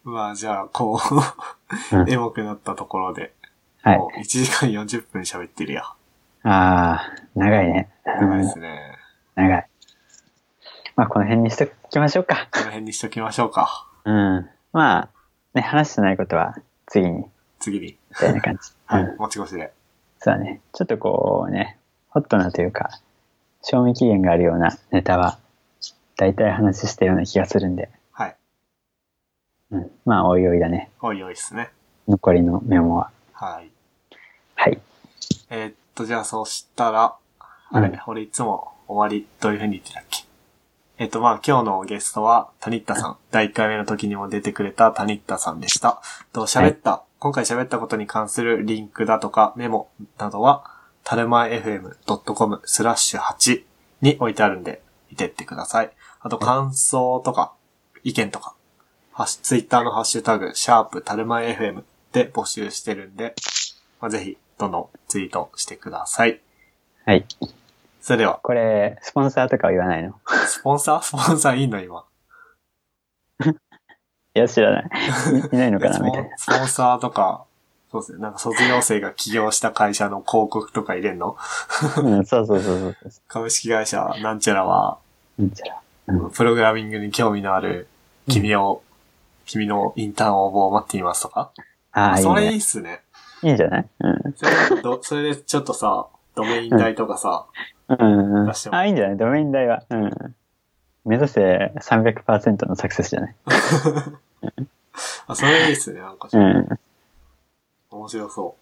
まあ、じゃあ、こ
い。うん
う、エモくなったところで、
はい。
もう1時間40分喋ってるや。
ああ、長いね。うん
長いですね。
長い。まあ、この辺にしときましょうか。
この辺にしときましょうか。
うん。まあ、ね、話してないことは次に、み
次に。
たいな感じ。
は
うん
い。持ち越しで。
そうだね。ちょっとこうね、ホットなというか、賞味期限があるようなネタは、大体話してるような気がするんで、
はい。
うん。まあ、おいおいだね。
おいおいですね。
残りのメモは。
はい。
はい。
えーっと、じゃあ、そうしたら、あれね、俺いつも終わり、どういう風に言ってたっけ。えーっと、まあ、今日のゲストは、谷田さん。第1回目の時にも出てくれた谷田さんでした。と、喋った、今回喋ったことに関するリンクだとかメモなどは、たるま fm.com スラッシュ8に置いてあるんで、見てってください。あと、感想とか、意見とか、ハッシュ、ツイッターのハッシュタグ、シャープたるま FM で募集してるんで、まあ、ぜひ、どんどんツイートしてください。
はい。
それでは、
これ、スポンサーとかは言わないの
スポンサー スポンサーいいの今。
いや、知らない。いいないのかな
スポ
みたい
ン
な。
スポンサーとか、そうですね。なんか卒業生が起業した会社の広告とか入れんの
うん、そうそうそうそうそ
株式会社なんちゃらは、
う。なんちゃら。
プログラミングに興味のある君を、君のインターン応募を待っていますとか。
ああ、いい
それい
ね
い。っすね。
いいんじゃないうん。
それどそれでちょっとさ、ドメイン代とかさ、
うんうん
出しても
あ、いいんじゃないドメイン代は。うん。目指せ300%のサクセスじゃない
あ、それいいっすね。なんかち
う
ょっ
ん。
と面白そ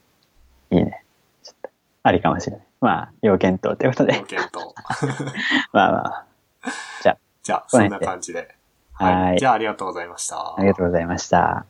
いいね。ちょっと、ありかもしれない。まあ、要検討ということ
う。
で
ご。検討。
まあまあまあ。
じゃあ、そんな感じで。
はい
じゃあありがとうございました。
ありがとうございました。